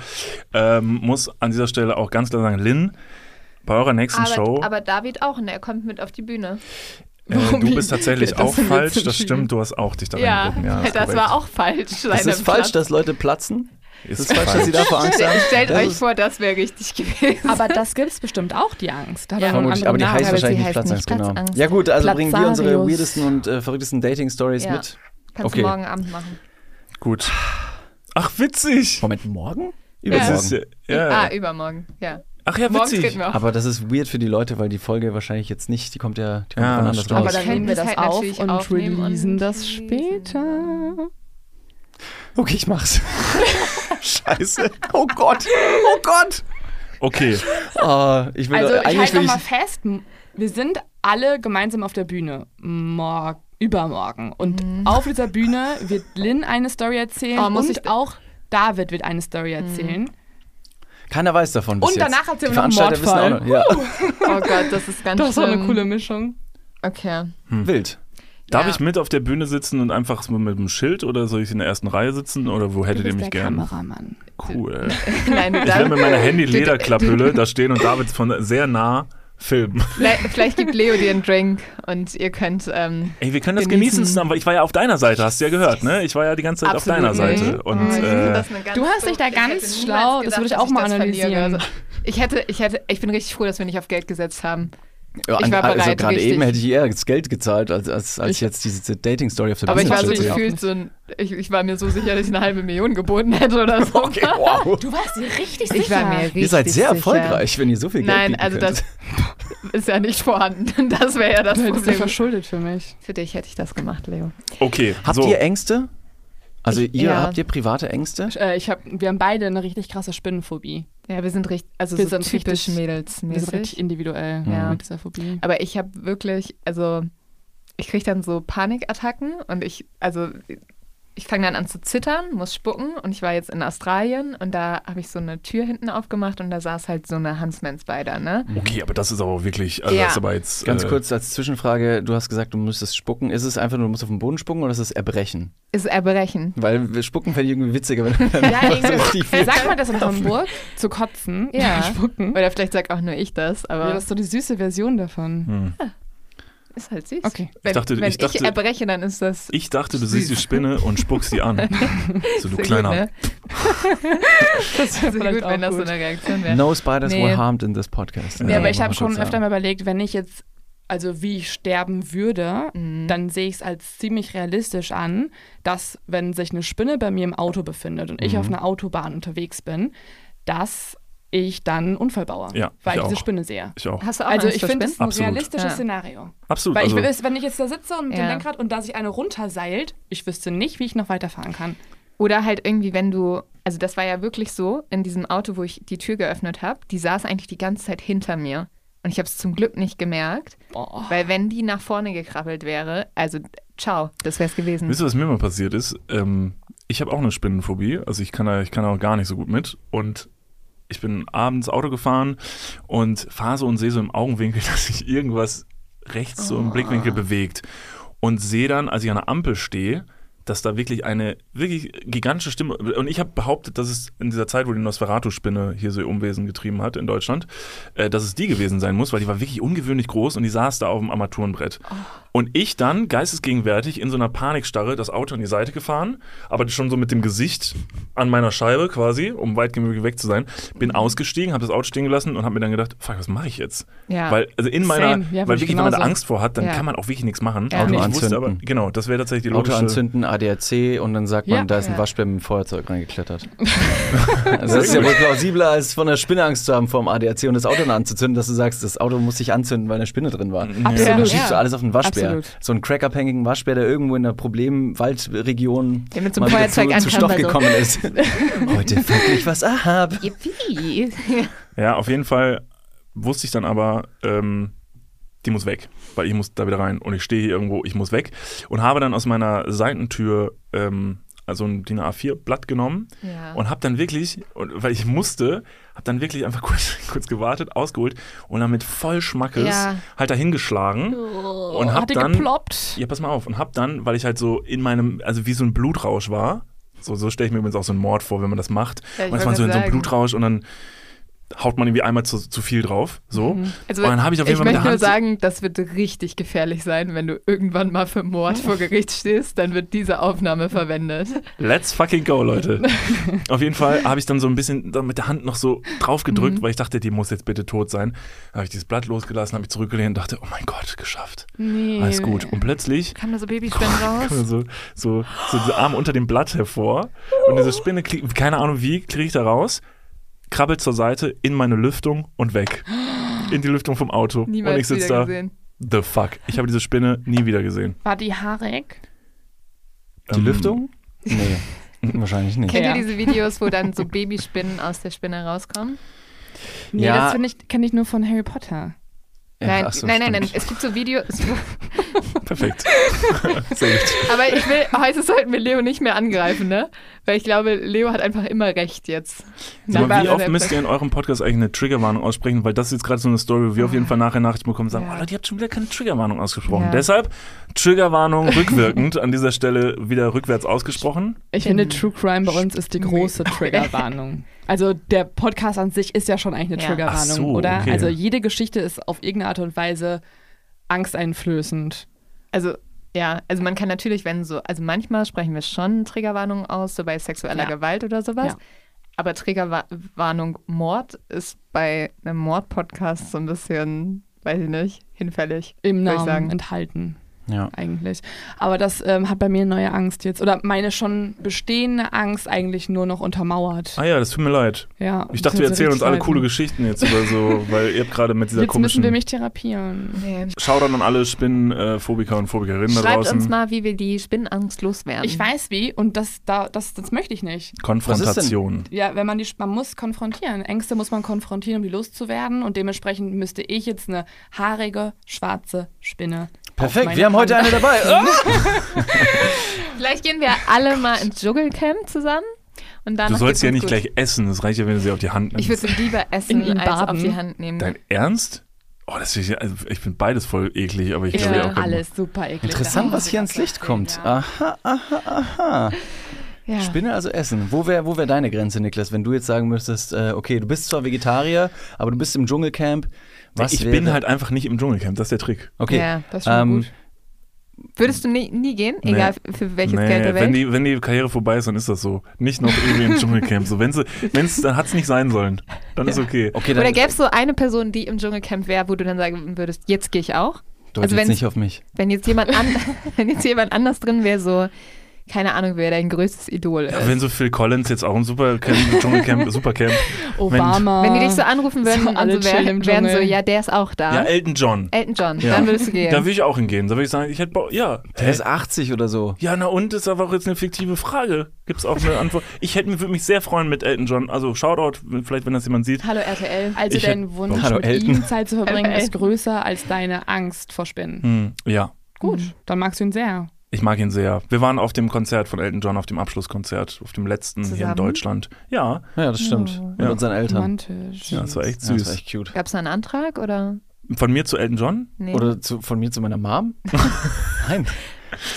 ähm, muss an dieser Stelle auch ganz klar sagen, Lynn, bei eurer nächsten Aber, Show. aber David auch, und er kommt mit auf die die Bühne. äh, du bist tatsächlich Das auch sind wir falsch, zu das viel. stimmt, du hast auch dich da Ja, reingerufen. das ist korrekt. war auch falsch. Es ist falsch, dass Leute platzen. Ist, Es ist falsch, dass sie davor Angst haben. Stellt Das euch ist- vor, das wäre richtig [LAUGHS] gewesen. Aber das gibt es bestimmt auch, die Angst. Da hat Ja. man einen anderen Vermutlich, aber die Namen. heißt aber sie wahrscheinlich nicht heißt Platzangst, nicht genau. Platzangst. Ja gut, also bringen wir unsere Platzarius. weirdesten und äh, verrücktesten Dating-Stories Ja. mit. Kannst Okay. du morgen Abend machen. Gut. Ach, witzig. Moment, morgen? Das Übermorgen. ist ja, ja. Ah, übermorgen. Ja. Ach ja, Morgens witzig. geht mir auch. aber das ist weird für die Leute, weil die Folge wahrscheinlich jetzt nicht, die kommt ja, die kommt Ja, von anders stimmt. Aber raus. dann Könnten nehmen wir wir das es halt auf natürlich und aufnehmen und releasen das releasen. später. Okay, ich mach's. Scheiße. Oh Gott. Oh Gott. Okay. Ah, ich will Also ich eigentlich halte will ich, nochmal fest, m- wir sind alle gemeinsam auf der Bühne morgen, übermorgen. Und auf dieser Bühne wird Lynn eine Story erzählen Mhm. Oh, muss und ich- Mhm. auch David wird eine Story erzählen. keiner weiß davon bis Und jetzt. danach erzählen wir die noch einen Veranstalter wissen auch noch. Ja. Oh Gott, das ist ganz Das ist auch eine schlimm. coole Mischung. Okay. Wild. Darf Ja. ich mit auf der Bühne sitzen und einfach so mit dem Schild oder soll ich in der ersten Reihe sitzen oder wo hättet ihr mich der gern? Kameramann. Cool. Nein, Ich will dann, mit meiner [LAUGHS] Handy-Lederklapphülle da stehen und David von sehr nah filmen. vielleicht, vielleicht gibt Leo dir einen Drink und ihr könnt. Ähm, Ey, wir können das genießen, Genießen. zusammen, weil ich war ja auf deiner Seite, hast du ja gehört, ne? Ich war ja die ganze Zeit Absolut. auf deiner Seite. Und Mhm. Oh, ich finde äh, das eine ganz Du hast dich da verrückte- ganz ich hätte niemals schlau, das würde ich dass auch mal verliere. analysieren. Also, Ich hätte, ich hätte, ich bin richtig froh, dass wir nicht auf Geld gesetzt haben. Ja, Ich war also bereit, gerade richtig. eben hätte ich eher das Geld gezahlt, als, als, als Ich- jetzt diese, diese Dating-Story auf der Aber ich Bühne war so zu erzählen. gefühlt so ein, ich, ich war mir so sicher, dass ich eine halbe Million geboten hätte oder so. Okay, wow. [LAUGHS] Du warst dir richtig Ich war mir richtig Ihr seid sehr sicher. erfolgreich, wenn ihr so viel Geld Nein, bieten also könnt. das ist ja nicht vorhanden. [LAUGHS] Das wäre ja das Du hättest dich Problem. verschuldet für mich. Für dich hätte ich das gemacht, Leo. okay, Habt so. ihr Ängste? Also ihr ja. habt ihr private Ängste? Äh, ich hab, wir haben beide eine richtig krasse Spinnenphobie. Ja, wir sind richtig, also Wir so sind typisch richtig- Wir sind mädelsmäßig. richtig individuell Ja. mit dieser Phobie. Aber ich habe wirklich, also ich kriege dann so Panikattacken und ich, also ich fange dann an zu zittern, muss spucken und ich war jetzt in Australien und da habe ich so eine Tür hinten aufgemacht und da saß halt so eine Huntsman-Spider, ne? Okay, aber das ist aber wirklich, also Ja. das ist aber jetzt. Ganz äh, kurz als Zwischenfrage, du hast gesagt, du müsstest spucken. Ist es einfach nur, du musst auf den Boden spucken oder ist es Erbrechen? Ist Erbrechen. Weil wir spucken fände ich irgendwie [LAUGHS] witziger, [LAUGHS] wenn du Ja, richtig viel- Sagt man das [LAUGHS] in Hamburg? Zu kotzen? [LAUGHS] Ja. Spucken? Oder vielleicht sag auch nur ich das, aber Ja, das ist so die süße Version davon. ist halt süß. Okay. Wenn Ich dachte- wenn ich dachte- erbreche, dann ist das Ich dachte, du siehst die Spinne und spuckst die [LAUGHS] an. So, du sehr kleiner. gut, ne? [LAUGHS] [LAUGHS] Das Sehr gut, wenn das so eine Reaktion wäre. No spiders Nee. were harmed in this podcast. Ja, aber ich muss habe man schon kurz sagen. öfter mal überlegt, wenn ich jetzt, also wie ich sterben würde, Mhm. dann sehe ich es als ziemlich realistisch an, dass wenn sich eine Spinne bei mir im Auto befindet und ich auf Mhm. einer Autobahn unterwegs bin, dass ich dann einen Unfall baue, Ja, weil ich ich diese auch. Spinne sehe. Ich auch. Hast du auch Also Angst ich vor finde, es Spinnen? ist ein Absolut. realistisches Ja. Szenario. Absolut. Weil also, ich, will- wenn ich jetzt da sitze und mit dem Ja. Lenkrad und da sich eine runterseilt, ich wüsste nicht, wie ich noch weiterfahren kann. Oder halt irgendwie, wenn du, also das war ja wirklich so, in diesem Auto, wo ich die Tür geöffnet habe, die saß eigentlich die ganze Zeit hinter mir. Und ich habe es zum Glück nicht gemerkt, Boah. weil wenn die nach vorne gekrabbelt wäre, also ciao, das wäre es gewesen. Wisst ihr, was mir mal passiert ist? Ähm, ich habe auch eine Spinnenphobie. Also ich kann da, ich kann da auch gar nicht so gut mit. Und ich bin abends Auto gefahren und fahre so und sehe so im Augenwinkel, [LAUGHS] dass sich irgendwas rechts so im Blickwinkel bewegt. Und sehe dann, als ich an der Ampel stehe, dass da wirklich eine wirklich gigantische Stimme. Und ich habe behauptet, dass es in dieser Zeit, wo die Nosferatu-Spinne hier so ihr Umwesen getrieben hat in Deutschland, äh, dass es die gewesen sein muss, weil die war wirklich ungewöhnlich groß und die saß da auf dem Armaturenbrett. Und ich dann geistesgegenwärtig in so einer Panikstarre das Auto an die Seite gefahren, aber schon so mit dem Gesicht an meiner Scheibe quasi, um weit genug weg zu sein, bin ausgestiegen, habe das Auto stehen gelassen und habe mir dann gedacht, fuck, was mache ich jetzt? Ja. Weil also in meiner, Same. Ja, weil bin ich wirklich, wenn man da genauso. Angst vor hat, dann Ja. kann man auch wirklich nichts machen. Ja. Und Auto ich wusste aber, anzünden. genau, das wäre tatsächlich die Auto logische. anzünden, ADAC und dann sagt man, Ja. da ist ein Ja. Waschbär mit dem [LAUGHS] Feuerzeug reingeklettert. also das ist ja wohl plausibler, als von der Spinne Angst zu haben vor dem ADAC und das Auto dann anzuzünden, dass du sagst, das Auto muss sich anzünden, weil eine Spinne drin war. Absolut. Dann schiebst du Ja. alles auf einen Waschbär. Absolut. So einen crackabhängigen Waschbär, der irgendwo in einer Problemwaldregion Der mit so einem mal wieder Feuerzeug zu, zu ankam, Stoff also. gekommen [LAUGHS] ist. Heute fällt ich was ab. Yippie. [LAUGHS] Ja, auf jeden Fall wusste ich dann aber, ähm, die muss weg, weil ich muss da wieder rein und ich stehe hier irgendwo, ich muss weg und habe dann aus meiner Seitentür ähm, also ein DIN A4-Blatt genommen Ja. und habe dann wirklich, und, weil ich musste, habe dann wirklich einfach [LAUGHS] kurz, kurz gewartet, ausgeholt und dann mit voll Schmackes Ja. halt dahin geschlagen und habe Oh, Hat die dann geploppt? ja, pass mal auf. Und hab dann, weil ich halt so in meinem, also wie so ein Blutrausch war, so, so stelle ich mir übrigens auch so einen Mord vor, wenn man das macht. Ja, ich und ist wollte man so in gerade so einem sagen. Blutrausch und dann haut man irgendwie einmal zu, zu viel drauf. So. Also, Und Oh, dann habe ich auf jeden ich Fall mit möchte der nur Hand. sagen, das wird richtig gefährlich sein, wenn du irgendwann mal für Mord vor Gericht stehst, dann wird diese Aufnahme verwendet. Let's fucking go, [LAUGHS] Leute. Auf jeden Fall habe ich dann so ein bisschen dann mit der Hand noch so drauf Mhm. gedrückt, weil ich dachte, die muss jetzt bitte tot sein. Dann habe ich dieses Blatt losgelassen, habe ich zurückgelehnt und dachte, oh mein Gott, geschafft. Nee. Alles gut. Und plötzlich Kam da so Babyspinnen kam raus? [LAUGHS] so, so, so dieser Arm unter dem Blatt hervor und diese Spinne, krieg, keine Ahnung wie, kriege ich da raus, krabbelt zur Seite in meine Lüftung und weg. In die Lüftung vom Auto. und ich Niemals sitze wieder da. gesehen. The fuck. Ich habe diese Spinne nie wieder gesehen. War die haarig? Die Ähm, Lüftung? Nee, wahrscheinlich nicht. Kennt Ja. ihr diese Videos, wo dann so Babyspinnen aus der Spinne rauskommen? Nee, Ja. das finde ich, kenne ich nur von Harry Potter. Ja, nein, ach so, nein, nein, stimmt. nein, es gibt so Videos. [LAUGHS] Perfekt. Aber ich will, heute sollten wir Leo nicht mehr angreifen, ne? Weil ich glaube, Leo hat einfach immer recht jetzt. Sag mal, Nach- wie nach oft der- müsst ihr in eurem Podcast eigentlich eine Triggerwarnung aussprechen? Weil das ist jetzt gerade so eine Story, wo wir auf jeden Fall nachher Nachrichten bekommen und sagen, Ja. oh Leute, ihr habt schon wieder keine Triggerwarnung ausgesprochen. Ja. Deshalb Triggerwarnung rückwirkend an dieser Stelle wieder rückwärts ausgesprochen. Ich Hm. finde, True Crime bei uns ist die große Triggerwarnung. Also der Podcast an sich ist ja schon eigentlich eine Ja. Triggerwarnung, Ach so, oder? okay. Also jede Geschichte ist auf irgendeine Art und Weise angsteinflößend. Also, ja, also man kann natürlich, wenn so, also manchmal sprechen wir schon Triggerwarnungen aus, so bei sexueller Ja. Gewalt oder sowas. Ja. Aber Triggerwarnung Mord ist bei einem Mord-Podcast so ein bisschen, weiß ich nicht, hinfällig. Im würd ich Namen sagen. enthalten. Ja. eigentlich. Aber das ähm, hat bei mir neue Angst jetzt. Oder meine schon bestehende Angst eigentlich nur noch untermauert. Ah ja, das tut mir leid. Ja, Ich dachte, wir erzählen uns alle coole Geschichten jetzt oder [LAUGHS] so, weil ihr habt gerade mit dieser Jetzt komischen... müssen wir mich therapieren. Nee. Shoutout an alle Spinnenphobiker und Phobikerinnen da Schreibt draußen. uns mal, wie wir die Spinnenangst loswerden. Ich weiß wie und das, da, das, das möchte ich nicht. Konfrontation. Ja, wenn man die, man muss konfrontieren. Ängste muss man konfrontieren, um die loszuwerden. Und dementsprechend müsste ich jetzt eine haarige, schwarze Spinne. auf Perfekt, meine wir haben heute Hand- eine dabei. [LAUGHS] Oh! Vielleicht gehen wir alle mal ins Dschungelcamp zusammen und dann. Du sollst ja nicht gleich essen, es reicht ja, wenn du sie auf die Hand nimmst. Ich würde [LAUGHS] sie lieber In ihn essen, als auf baden. die Hand nehmen. Dein Ernst? Oh, das ist, also ich bin beides voll eklig, aber ich Ich glaube, finde ihr auch keinen- alles super eklig. Interessant, was hier ans Licht kommt. Aha, aha, aha. ja. Spinne also essen. Wo wäre wo wär deine Grenze, Niklas, wenn du jetzt sagen müsstest, äh, okay, du bist zwar Vegetarier, aber du bist im Dschungelcamp. Was ich wäre- bin halt einfach nicht im Dschungelcamp, das ist der Trick. Okay. Ja, Das ist schon Ähm, gut. Würdest du nie, nie gehen, Nee. egal für welches Geld der Welt? wenn die, wenn die Karriere vorbei ist, dann ist das so. Nicht noch irgendwie im Dschungelcamp. So, wenn's, wenn's, dann hat's nicht sein sollen. Dann ist okay. Okay, Oder dann gäbe es so eine Person, die im Dschungelcamp wäre, wo du dann sagen würdest, jetzt gehe ich auch? deut also jetzt wenn's- nicht auf mich. Wenn jetzt jemand, an, [LAUGHS] wenn jetzt jemand anders drin wäre, so, keine Ahnung, wer dein größtes Idol ist. Ja, wenn so Phil Collins jetzt auch im Supercamp, Dschungelcamp, [LAUGHS] Supercamp. Obama. wenn die dich so anrufen würden So und alle so wär, chillen im wären so, Dschungel. ja, der ist auch Ja, da. Elton John. Elton John, Ja. dann würdest du Da gehen. würde ich auch hingehen. Da würde ich sagen, ich hätte Bock. Ja. Äh, Der ist 80 oder so. Ja, na und ist aber auch jetzt eine fiktive Frage. Gibt's auch eine [LAUGHS] Antwort? Ich hätte würde mich sehr freuen mit Elton John. Also Shoutout, vielleicht wenn das jemand sieht. Hallo RTL. Also Ich dein Wunsch, Hallo, mit Elton. ihm Zeit zu verbringen, Hallo, ist größer als deine Angst vor Spinnen. Hm, ja. Mhm. Gut, dann magst du ihn sehr. Ich mag ihn sehr. Wir waren auf dem Konzert von Elton John, auf dem Abschlusskonzert, auf dem letzten hier in Zusammen? Deutschland. Ja, Ja, das stimmt. Mit Ja. unseren Eltern. Romantisch. ja das war echt Ja, das war süß. echt cute. Gab es einen Antrag oder? Von mir zu Elton John? Nee. Oder zu, von mir zu meiner Mom? Nein.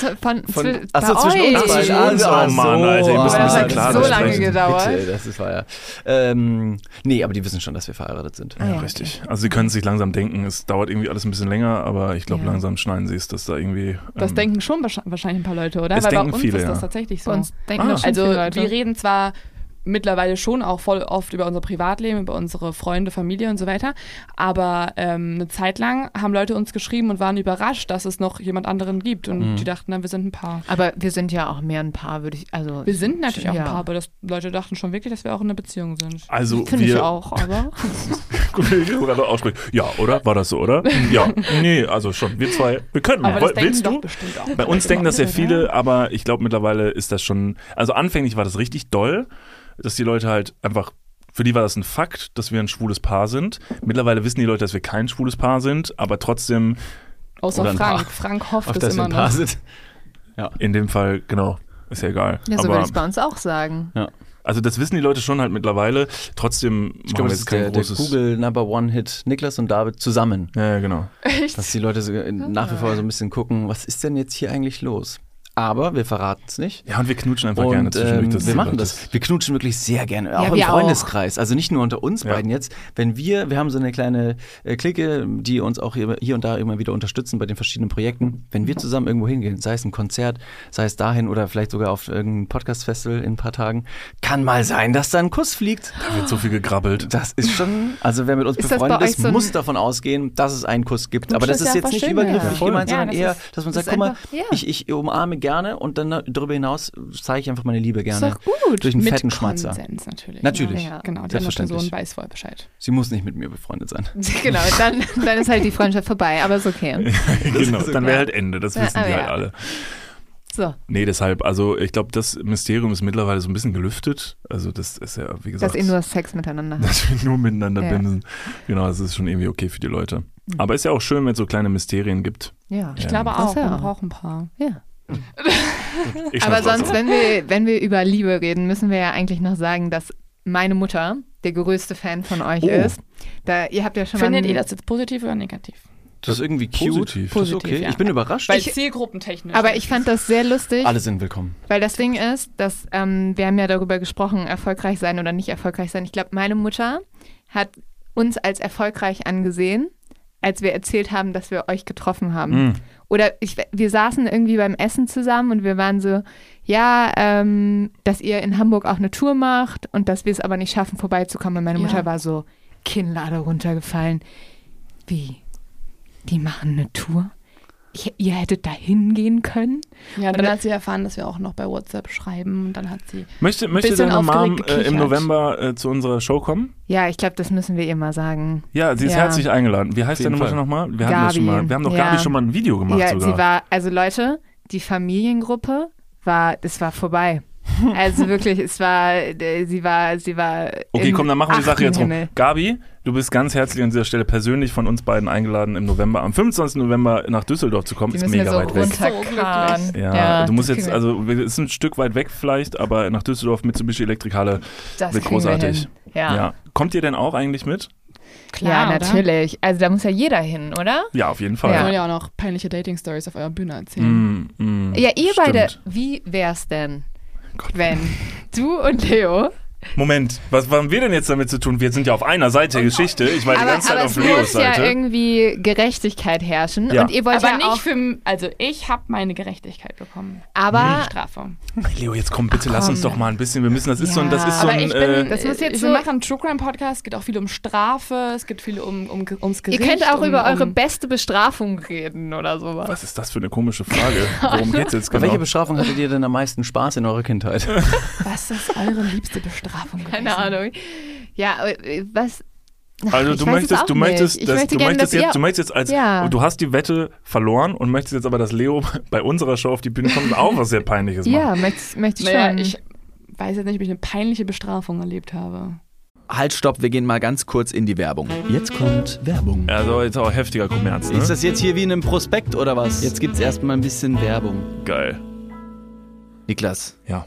Zu- von, Von, zwi- achso, bei zwischen euch. uns beiden. Zwischen uns, Ah, oh Mann, Alter, ihr müsst ein bisschen Ah, klar das so lange sprechen. gedauert. Bitte, das ist, war ja. Ähm, nee, aber die wissen schon, dass wir verheiratet Ah, sind. Ja, richtig. Also sie können es sich langsam denken. Es dauert irgendwie alles ein bisschen länger, aber ich glaube, Ja. langsam schneiden sie es, dass da irgendwie. Das ähm, denken schon wahrsch- wahrscheinlich ein paar Leute, oder? Es Weil denken bei uns viele, ist das ja. tatsächlich so. Sonst denken Ah. das schon Also viele Leute. wir reden zwar mittlerweile schon auch voll oft über unser Privatleben, über unsere Freunde, Familie und so weiter, aber ähm, eine Zeit lang haben Leute uns geschrieben und waren überrascht, dass es noch jemand anderen gibt Mhm. und die dachten dann, wir sind ein Paar. Aber wir sind ja auch mehr ein Paar, würde ich, also. Wir sind natürlich auch ja. ein Paar, aber das, Leute dachten schon wirklich, dass wir auch in einer Beziehung Ah, sind. Also Finde ich wir. auch, [LAUGHS] aber. gerade aussprechen. Ja, oder? War das so, oder? Ja. Nee, also schon. Wir zwei. Wir können. Aber das Woll- denken Willst doch du? bestimmt auch. Bei uns Leute denken das über sehr andere, viele, aber ich glaube mittlerweile ist das schon. Also anfänglich war das richtig doll, dass die Leute halt einfach. Für die war das ein Fakt, dass wir ein schwules Paar sind. Mittlerweile wissen die Leute, dass wir kein schwules Paar sind, aber trotzdem oder? Außer Oder ein Paar. Frank. Frank hofft Auf es das wir immer ein Paar noch. sind. in dem Fall, genau, ist ja egal. Ja, so aber würde ich es bei uns [LAUGHS] auch sagen. Also das wissen die Leute schon halt mittlerweile. Trotzdem Ich machen wir glaube, das jetzt ist kein der, der großes. Google Number One Hit. Niklas und David zusammen. ja, ja, genau. Echt? Dass die Leute so in- nach wie vor so ein bisschen gucken, was ist denn jetzt hier eigentlich los? aber wir verraten es nicht. Ja, und wir knutschen einfach gerne zwischendurch. ähm, das ist wir die machen Leute. das. Wir knutschen wirklich sehr gerne, auch im wir auch. Freundeskreis. Also nicht nur unter uns Ja. beiden jetzt. Wenn wir, wir haben so eine kleine äh, Clique, die uns auch hier, hier und da immer wieder unterstützen bei den verschiedenen Projekten. Wenn wir zusammen irgendwo hingehen, sei es ein Konzert, sei es dahin oder vielleicht sogar auf irgendein Podcast-Festival in ein paar Tagen, kann mal sein, dass da ein Kuss fliegt. Da wird so viel gegrabbelt. Das ist schon, also wer mit uns Ist das bei befreundet euch ist, so ein- muss davon ausgehen, dass es einen Kuss gibt. Aber das ist ist ja jetzt nicht schön, übergriffig ja. gemeint, Ja, sondern das eher, ist- dass man das sagt, ist guck mal, einfach- ja. ich, ich umarme gerne und dann ne, darüber hinaus zeige ich einfach meine Liebe Ist gerne. doch gut. Durch einen Mit fetten Schmatzer. Konsens natürlich. Natürlich. Ja, genau, die andere Selbstverständlich. Person weiß vorher Bescheid. Sie muss nicht mit mir befreundet sein. genau, dann, dann ist halt die Freundschaft vorbei, aber [LAUGHS] ist okay. genau, dann wäre halt Ende. Das Ja, wissen die aber halt ja. alle. So, Nee, deshalb, also ich glaube, das Mysterium ist mittlerweile so ein bisschen gelüftet. Also das ist ja, wie gesagt, dass ihr nur Sex miteinander habt. [LAUGHS] dass wir nur miteinander Ja. Mhm. bimsen. Genau, das ist schon irgendwie okay für die Leute. Aber ist ja auch schön, wenn es so kleine Mysterien gibt. Ja. Ich Ja. glaube Das auch, ja wir auch. brauchen ein paar. ja. Ich Aber schneid's raus. sonst, wenn wir, wenn wir über Liebe reden, müssen wir ja eigentlich noch sagen, dass meine Mutter der größte Fan von euch Oh. ist. Da, ihr habt ja schon Findet mal ihr das jetzt positiv oder negativ? Das ist irgendwie cute. Positiv. Das ist Positiv, okay. ja. Ich bin überrascht. Weil zielgruppentechnisch. Aber ich fand das sehr lustig, Also Alle sind willkommen. weil das Ding ist, dass ähm, wir haben ja darüber gesprochen, erfolgreich sein oder nicht erfolgreich sein. Ich glaube, meine Mutter hat uns als erfolgreich angesehen, als wir erzählt haben, dass wir euch getroffen haben. Oder ich, wir saßen irgendwie beim Essen zusammen und wir waren so, ja, ähm, dass ihr in Hamburg auch eine Tour macht und dass wir es aber nicht schaffen, vorbeizukommen. Und meine Ja. Mutter war so, Kinnlade runtergefallen. Wie? Die machen eine Tour? Ich, ihr hättet da hingehen können? ja, dann hat sie erfahren, dass wir auch noch bei WhatsApp schreiben und dann hat sie. Möchte, möchte Bisschen deine Mom aufgeregt äh, im gekichert. November äh, zu unserer Show kommen? Ja, ich glaube, das müssen wir ihr mal sagen. Ja, sie ist Ja. herzlich eingeladen. Wie heißt jeden deine Mutter Fall. nochmal? Wir, hatten das schon Gabi. mal- wir haben doch Ja. Gabi schon mal ein Video gemacht ja, sogar. sie war, also Leute, die Familiengruppe war, es war vorbei. Also wirklich, es war, äh, sie war, sie war. okay, im komm, dann machen wir die Sache achten jetzt rum. Himmel. Gabi, du bist ganz herzlich an dieser Stelle persönlich von uns beiden eingeladen, im November, am 25. November nach Düsseldorf zu kommen. Die ist müssen wir mega so weit weg. runterkarren. Ja, du musst jetzt, also wir- ist ein Stück weit weg vielleicht, aber nach Düsseldorf Mitsubishi Elektrikhalle das wird kriegen wir großartig. hin. Ja, Ja. ja. Kommt ihr denn auch eigentlich mit? Klar, oder? natürlich. Also da muss ja jeder hin, oder? Ja, auf jeden Fall. Wir Ja. wollen ja auch noch peinliche Dating-Stories auf eurer Bühne erzählen. Mm, mm, Ja, ihr stimmt. beide, wie wär's denn, Gott. wenn du und Leo. Moment, was haben wir denn jetzt damit zu tun? Wir sind ja auf einer Seite der Geschichte. Ich war die aber ganze Zeit aber auf es Leos muss ja Seite. irgendwie Gerechtigkeit herrschen. Ja. Und ihr wollt Aber ja nicht auch. für. m- Also, ich habe meine Gerechtigkeit bekommen. Ah. Aber Strafe. Leo, jetzt komm, bitte lass uns doch mal ein bisschen. Wir müssen, das ist so ein, das ist so Aber ein, ich bin- äh, Das muss jetzt wir so- machen einen True Crime Podcast, es geht auch viel um Strafe, es geht viel um, um ums ihr Gericht. könnt auch um, über eure um, beste Bestrafung reden [LAUGHS] oder sowas. was ist das für eine komische Frage? Worum geht's [LAUGHS] jetzt Bei genau? welcher Bestrafung hattet ihr denn am meisten Spaß in eurer Kindheit? Was ist eure liebste [LAUGHS] Bestrafung? Keine gewesen? Ahnung. Ja, aber, äh, was. Ach, Also ich du weiß es auch möchtest, du nicht. möchtest, Ich dass- möchte du gerne, möchtest dass jetzt, ihr- du möchtest jetzt als, Ja. du hast die Wette verloren und möchtest jetzt aber, dass Leo [LAUGHS] bei unserer Show auf die Bühne kommt und auch was sehr peinliches macht. Ja, möchte möcht ich Naja, schon. ich weiß jetzt nicht, ob ich eine peinliche Bestrafung erlebt habe. [LAUGHS] Halt, stopp, wir gehen mal ganz kurz in die Werbung. Jetzt kommt Werbung. Also jetzt auch heftiger Kommerz, ne? Ist das jetzt hier wie in einem Prospekt oder was? Jetzt gibt's erstmal ein bisschen Werbung. geil? Niklas, Ja.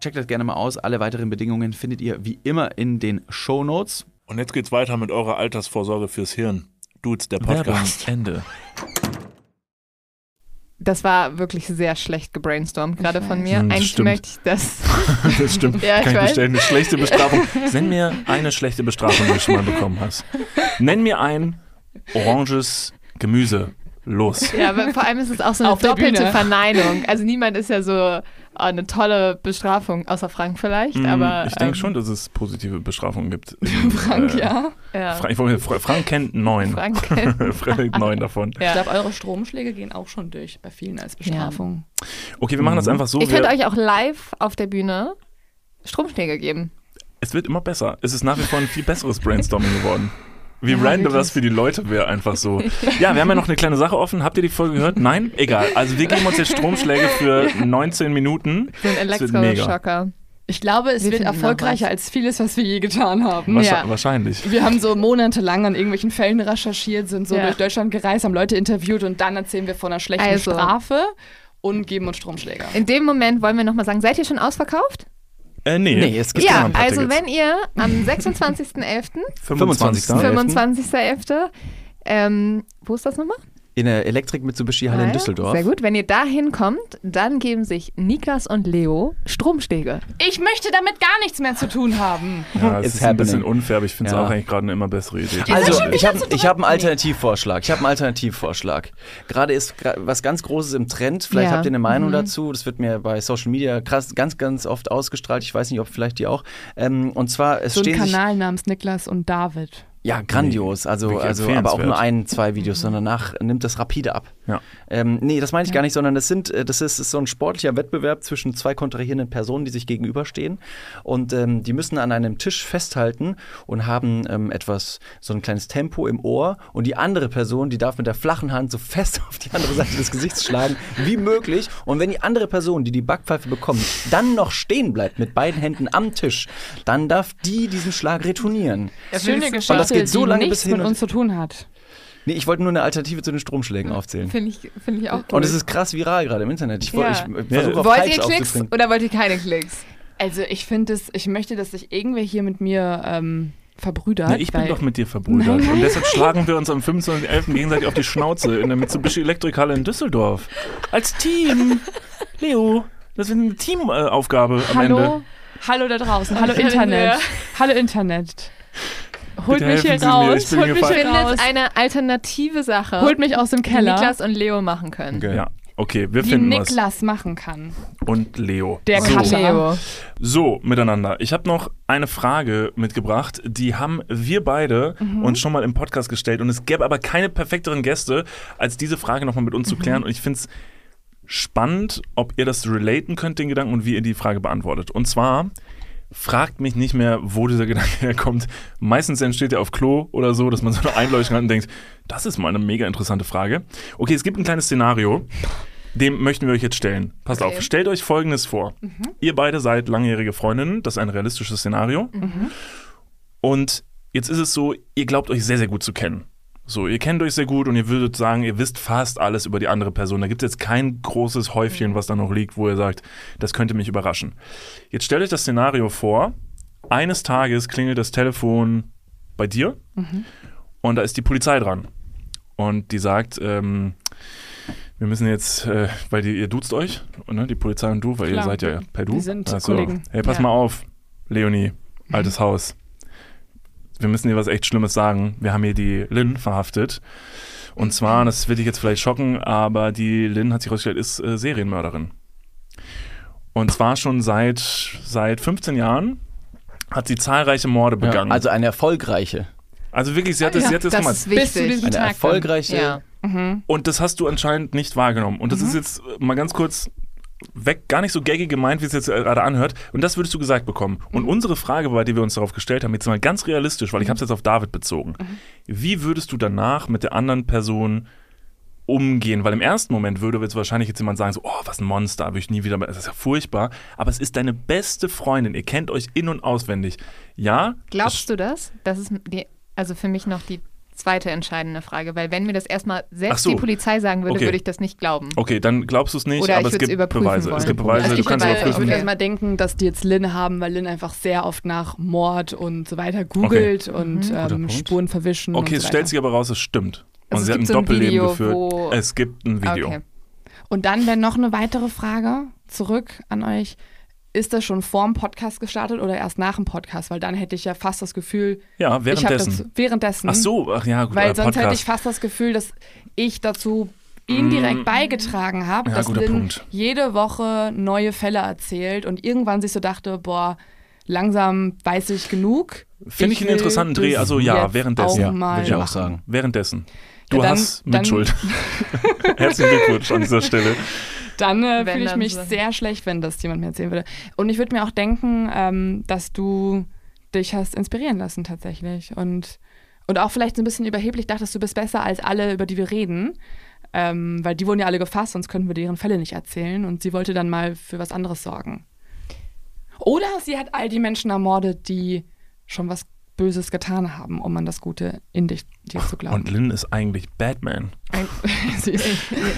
Checkt das gerne mal aus. Alle weiteren Bedingungen findet ihr wie immer in den Show Notes. Und jetzt geht's weiter mit eurer Altersvorsorge fürs Hirn. Dudes, der Podcast. Ende. Das war wirklich sehr schlecht gebrainstormt, gerade von mir. Hm, das Eigentlich stimmt. möchte ich das. [LAUGHS] [LAUGHS] Das stimmt. Ja, ich Kann ich weiß. bestellen. Eine [LAUGHS] schlechte Bestrafung. Nenn mir eine schlechte Bestrafung, die du schon mal bekommen hast. Nenn mir ein oranges Gemüse. Los. Ja, aber vor allem ist es auch so eine Auf der doppelte Bühne. Verneinung. Also niemand ist ja so oh, eine tolle Bestrafung, außer Frank vielleicht, Mm, aber. ich denke ähm, schon, dass es positive Bestrafungen gibt. [LAUGHS] Frank, Äh, ja. Ja. Fra- ich wollte- Fra- Frank kennt neun. Frank [LAUGHS] kennt- Frank [LAUGHS] kennt neun davon. Ich Ja. glaube, eure Stromschläge gehen auch schon durch bei vielen als Bestrafung. Okay, wir machen das einfach so. ich könnte wir- euch auch live auf der Bühne Stromschläge geben. es wird immer besser. Es ist nach wie vor ein viel besseres Brainstorming geworden. Wie [LAUGHS] Ja, random wirklich. das für die Leute wäre, einfach [LAUGHS] so. Ja, wir haben ja noch eine kleine Sache offen. Habt ihr die Folge gehört? Nein? Egal. Also wir geben uns jetzt Stromschläge [LAUGHS] für 19 Minuten. So ein Das wird mega. Elektroschocker. Ich glaube, es Wir wird finden noch erfolgreicher was. als vieles, was wir je getan haben. Wahrsch- Ja. Wahrscheinlich. Wir haben so monatelang an irgendwelchen Fällen recherchiert, sind so Ja. durch Deutschland gereist, haben Leute interviewt und dann erzählen wir von einer schlechten Also. Strafe und geben uns Stromschläger. In dem Moment wollen wir nochmal sagen, seid ihr schon ausverkauft? Äh, nee. Nee, es gibt noch ja, ein paar also Tickets. wenn ihr am 26.11., 25. 25.11., ähm, wo ist das nochmal? In der Elektrik Mitsubishi Halle in Ah, Düsseldorf. Sehr gut. Wenn ihr da hinkommt, dann geben sich Niklas und Leo Stromschläge. Ich möchte damit gar nichts mehr zu tun haben. Ja, es It's ist ein bisschen happening. unfair, aber ich finde es Ja. auch eigentlich gerade eine immer bessere Idee. Also, ich habe ich hab einen Alternativvorschlag. Ich habe einen Alternativvorschlag. Gerade ist gra- was ganz Großes im Trend. Vielleicht Ja. Mhm. habt ihr eine Meinung dazu. Das wird mir bei Social Media krass, ganz, ganz oft ausgestrahlt. Ich weiß nicht, ob vielleicht die auch. Ähm, und zwar, es So ein stehen sich, Kanal namens Niklas und David. Ja, grandios. Also, Wirklich also aber auch nur empfehlenswert. ein, zwei Videos, sondern danach nimmt das rapide ab. Ja. Ähm, nee, das meine ich gar nicht, sondern das sind, äh, das ist, ist so ein sportlicher Wettbewerb zwischen zwei kontrahierenden Personen, die sich gegenüberstehen. Und ähm, die müssen an einem Tisch festhalten und haben ähm, etwas, so ein kleines Tempo im Ohr. Und die andere Person, die darf mit der flachen Hand so [LAUGHS] fest auf die andere Seite des Gesichts schlagen, wie möglich. Und wenn die andere Person, die die Backpfeife bekommt, dann noch stehen bleibt mit beiden Händen am Tisch, dann darf die diesen Schlag retournieren. Schöne Geschichte, Und das geht so lange, die bis nichts hin mit und- uns zu tun hat. Nee, ich wollte nur eine Alternative zu den Stromschlägen aufzählen. Hm. Finde ich, find ich auch cool. Und es ist krass viral gerade im Internet. Ich, Ja. ja. ich, ich versuche auf wollt Hypes ihr Klicks aufzuspringen. oder wollt ihr keine Klicks? Also ich finde es, ich möchte, dass sich irgendwer hier mit mir ähm, verbrüdert. Na, ich bin weil- doch mit dir verbrüdert. Und deshalb schlagen wir uns am 25.11. gegenseitig auf die Schnauze in der Mitsubishi Elektrikhalle in Düsseldorf. Als Team. Leo, das wird eine Teamaufgabe am Hallo, Ende. hallo da draußen, hallo Internet, hallo Internet. Holt Bitte mich hier helfen Sie mir, ich raus, bin holt mich gefallen. hier Findet raus, eine alternative Sache, holt mich aus dem die Keller, Niklas und Leo machen können. Okay. Ja, okay, wir die finden was. Niklas machen kann. Und Leo. Der so. Cutter. Leo. so, miteinander. Ich habe noch eine Frage mitgebracht, die haben wir beide uns schon mal im Podcast gestellt. Und es gäbe aber keine perfekteren Gäste, als diese Frage nochmal mit uns zu klären. Und ich finde es spannend, ob ihr das relaten könnt, den Gedanken, und wie ihr die Frage beantwortet. Und zwar, Fragt mich nicht mehr, wo dieser [LAUGHS] Gedanke herkommt. Meistens entsteht er auf Klo oder so, dass man so eine Einleuchtung hat und denkt, das ist mal eine mega interessante Frage. Okay, es gibt ein kleines Szenario. Dem möchten wir euch jetzt stellen. Passt Okay. auf, stellt euch folgendes vor. Ihr beide seid langjährige Freundinnen, das ist ein realistisches Szenario. Und jetzt ist es so, ihr glaubt euch sehr, sehr gut zu kennen. So, ihr kennt euch sehr gut und ihr würdet sagen, ihr wisst fast alles über die andere Person. Da gibt es jetzt kein großes Häufchen, was da noch liegt, wo ihr sagt, das könnte mich überraschen. Jetzt stellt euch das Szenario vor, eines Tages klingelt das Telefon bei dir und da ist die Polizei dran. Und die sagt, ähm, wir müssen jetzt, äh, weil die, ihr duzt euch, ne? die Polizei und du, weil ihr Klar. seid ja per Du. Wir sind Also, Kollegen. Mhm. Hey, pass Ja. mal auf, Leonie, altes Haus. Wir müssen dir was echt Schlimmes sagen. Wir haben hier die Lynn verhaftet. Und zwar, das wird dich jetzt vielleicht schocken, aber die Lynn hat sich herausgestellt, ist äh, Serienmörderin. Und zwar schon seit, seit 15 Jahren hat sie zahlreiche Morde begangen. Also eine erfolgreiche. Also wirklich, sie hat es Ja, jetzt Das gemacht. ist Bis zu wichtig. diesem Eine Tag. dann. erfolgreiche. Ja. Und das hast du anscheinend nicht wahrgenommen. Und das Mhm. ist jetzt äh, mal ganz kurz weg, gar nicht so gaggig gemeint, wie es jetzt äh, gerade anhört. Und das würdest du gesagt bekommen. Mhm. Und unsere Frage, bei der wir uns darauf gestellt haben, jetzt mal ganz realistisch, weil ich habe es jetzt auf David bezogen. Mhm. Wie würdest du danach mit der anderen Person umgehen? Weil im ersten Moment würde jetzt wahrscheinlich jetzt jemand sagen, so, oh, was ein Monster, will ich nie wieder, das ist ja furchtbar. Aber es ist deine beste Freundin, ihr kennt euch in- und auswendig. Ja, Glaubst du das? Das ist die, also für mich noch die zweite entscheidende Frage, weil wenn mir das erstmal Ach selbst so. die Polizei sagen würde, Okay. würde ich das nicht glauben. Okay, dann glaubst du es nicht, Oder aber ich es würd's gibt überprüfen Beweise. Es wollen. gibt Beweise, Also du ich kannst würde, ich überprüfen. würde Okay. erstmal denken, dass die jetzt Lynn haben, weil Lynn einfach sehr oft nach Mord und so weiter googelt und ähm, Punkt. Spuren verwischen. Okay, und es so stellt weiter. sich aber raus, es stimmt. Und Also es sie hat gibt ein so ein Doppelleben Video, wo- geführt. Es gibt ein Video. Okay. Und dann wäre noch eine weitere Frage zurück an euch. Ist das schon vorm Podcast gestartet oder erst nach dem Podcast? Weil dann hätte ich ja fast das Gefühl, Ja, ich habe das währenddessen. währenddessen. Ach so, ach ja, gut, äh, Mhm. Weil sonst Podcast. hätte ich fast das Gefühl, dass ich dazu indirekt beigetragen habe, Ja, dass guter Lynn Punkt. jede Woche neue Fälle erzählt und irgendwann sich so dachte, boah, langsam weiß ich genug. Finde ich einen will interessanten Dreh, das also ja, jetzt währenddessen. Auch Ja, mal Würde ich auch machen. sagen. währenddessen. Du dann- hast dann- Mitschuld. Herzlichen Glückwunsch an dieser Stelle. Dann äh, Wenn fühle ich dann mich so. sehr schlecht, wenn das jemand mir erzählen würde. Und ich würde mir auch denken, ähm, dass du dich hast inspirieren lassen tatsächlich. Und, und auch vielleicht so ein bisschen überheblich dachtest, du bist besser als alle, über die wir reden. Ähm, weil die wurden ja alle gefasst, sonst könnten wir deren Fälle nicht erzählen. Und sie wollte dann mal für was anderes sorgen. Oder sie hat all die Menschen ermordet, die schon was Böses getan haben, um an das Gute in dich dir zu Und glauben. Lynn ist eigentlich Batman. Ein- [LAUGHS] sie ist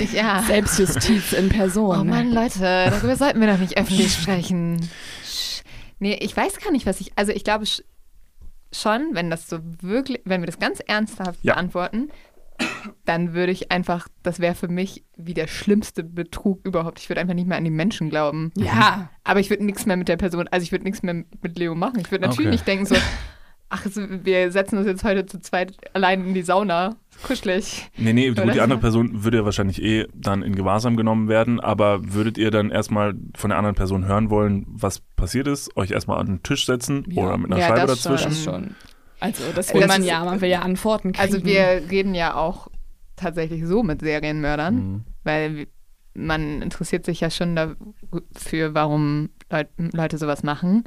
Ich, ja. Selbstjustiz in Person. Oh ne? Mann, Leute, darüber sollten wir doch nicht öffentlich sprechen. Sch- Nee, ich weiß gar nicht, was ich. Also ich glaube sch- schon, wenn das so wirklich, wenn wir das ganz ernsthaft Ja. beantworten, dann würde ich einfach, das wäre für mich wie der schlimmste Betrug überhaupt. Ich würde einfach nicht mehr an die Menschen glauben. Ja. Aber ich würde nichts mehr mit der Person, also ich würde nichts mehr mit Leo machen. Ich würde natürlich Okay. nicht denken so, ach, so, wir setzen uns jetzt heute zu zweit allein in die Sauna. Kuschelig. Nee, nee, Oder? gut, die andere Person würde ja wahrscheinlich eh dann in Gewahrsam genommen werden, aber würdet ihr dann erstmal von der anderen Person hören wollen, was passiert ist, euch erstmal an den Tisch setzen oder mit einer ja, Scheibe das schon, dazwischen? Das schon. Also das Äh, Das will man ist- ja, man will ja Antworten kriegen. Also wir reden ja auch tatsächlich so mit Serienmördern, weil w- man interessiert sich ja schon dafür, warum Leut Leute sowas machen.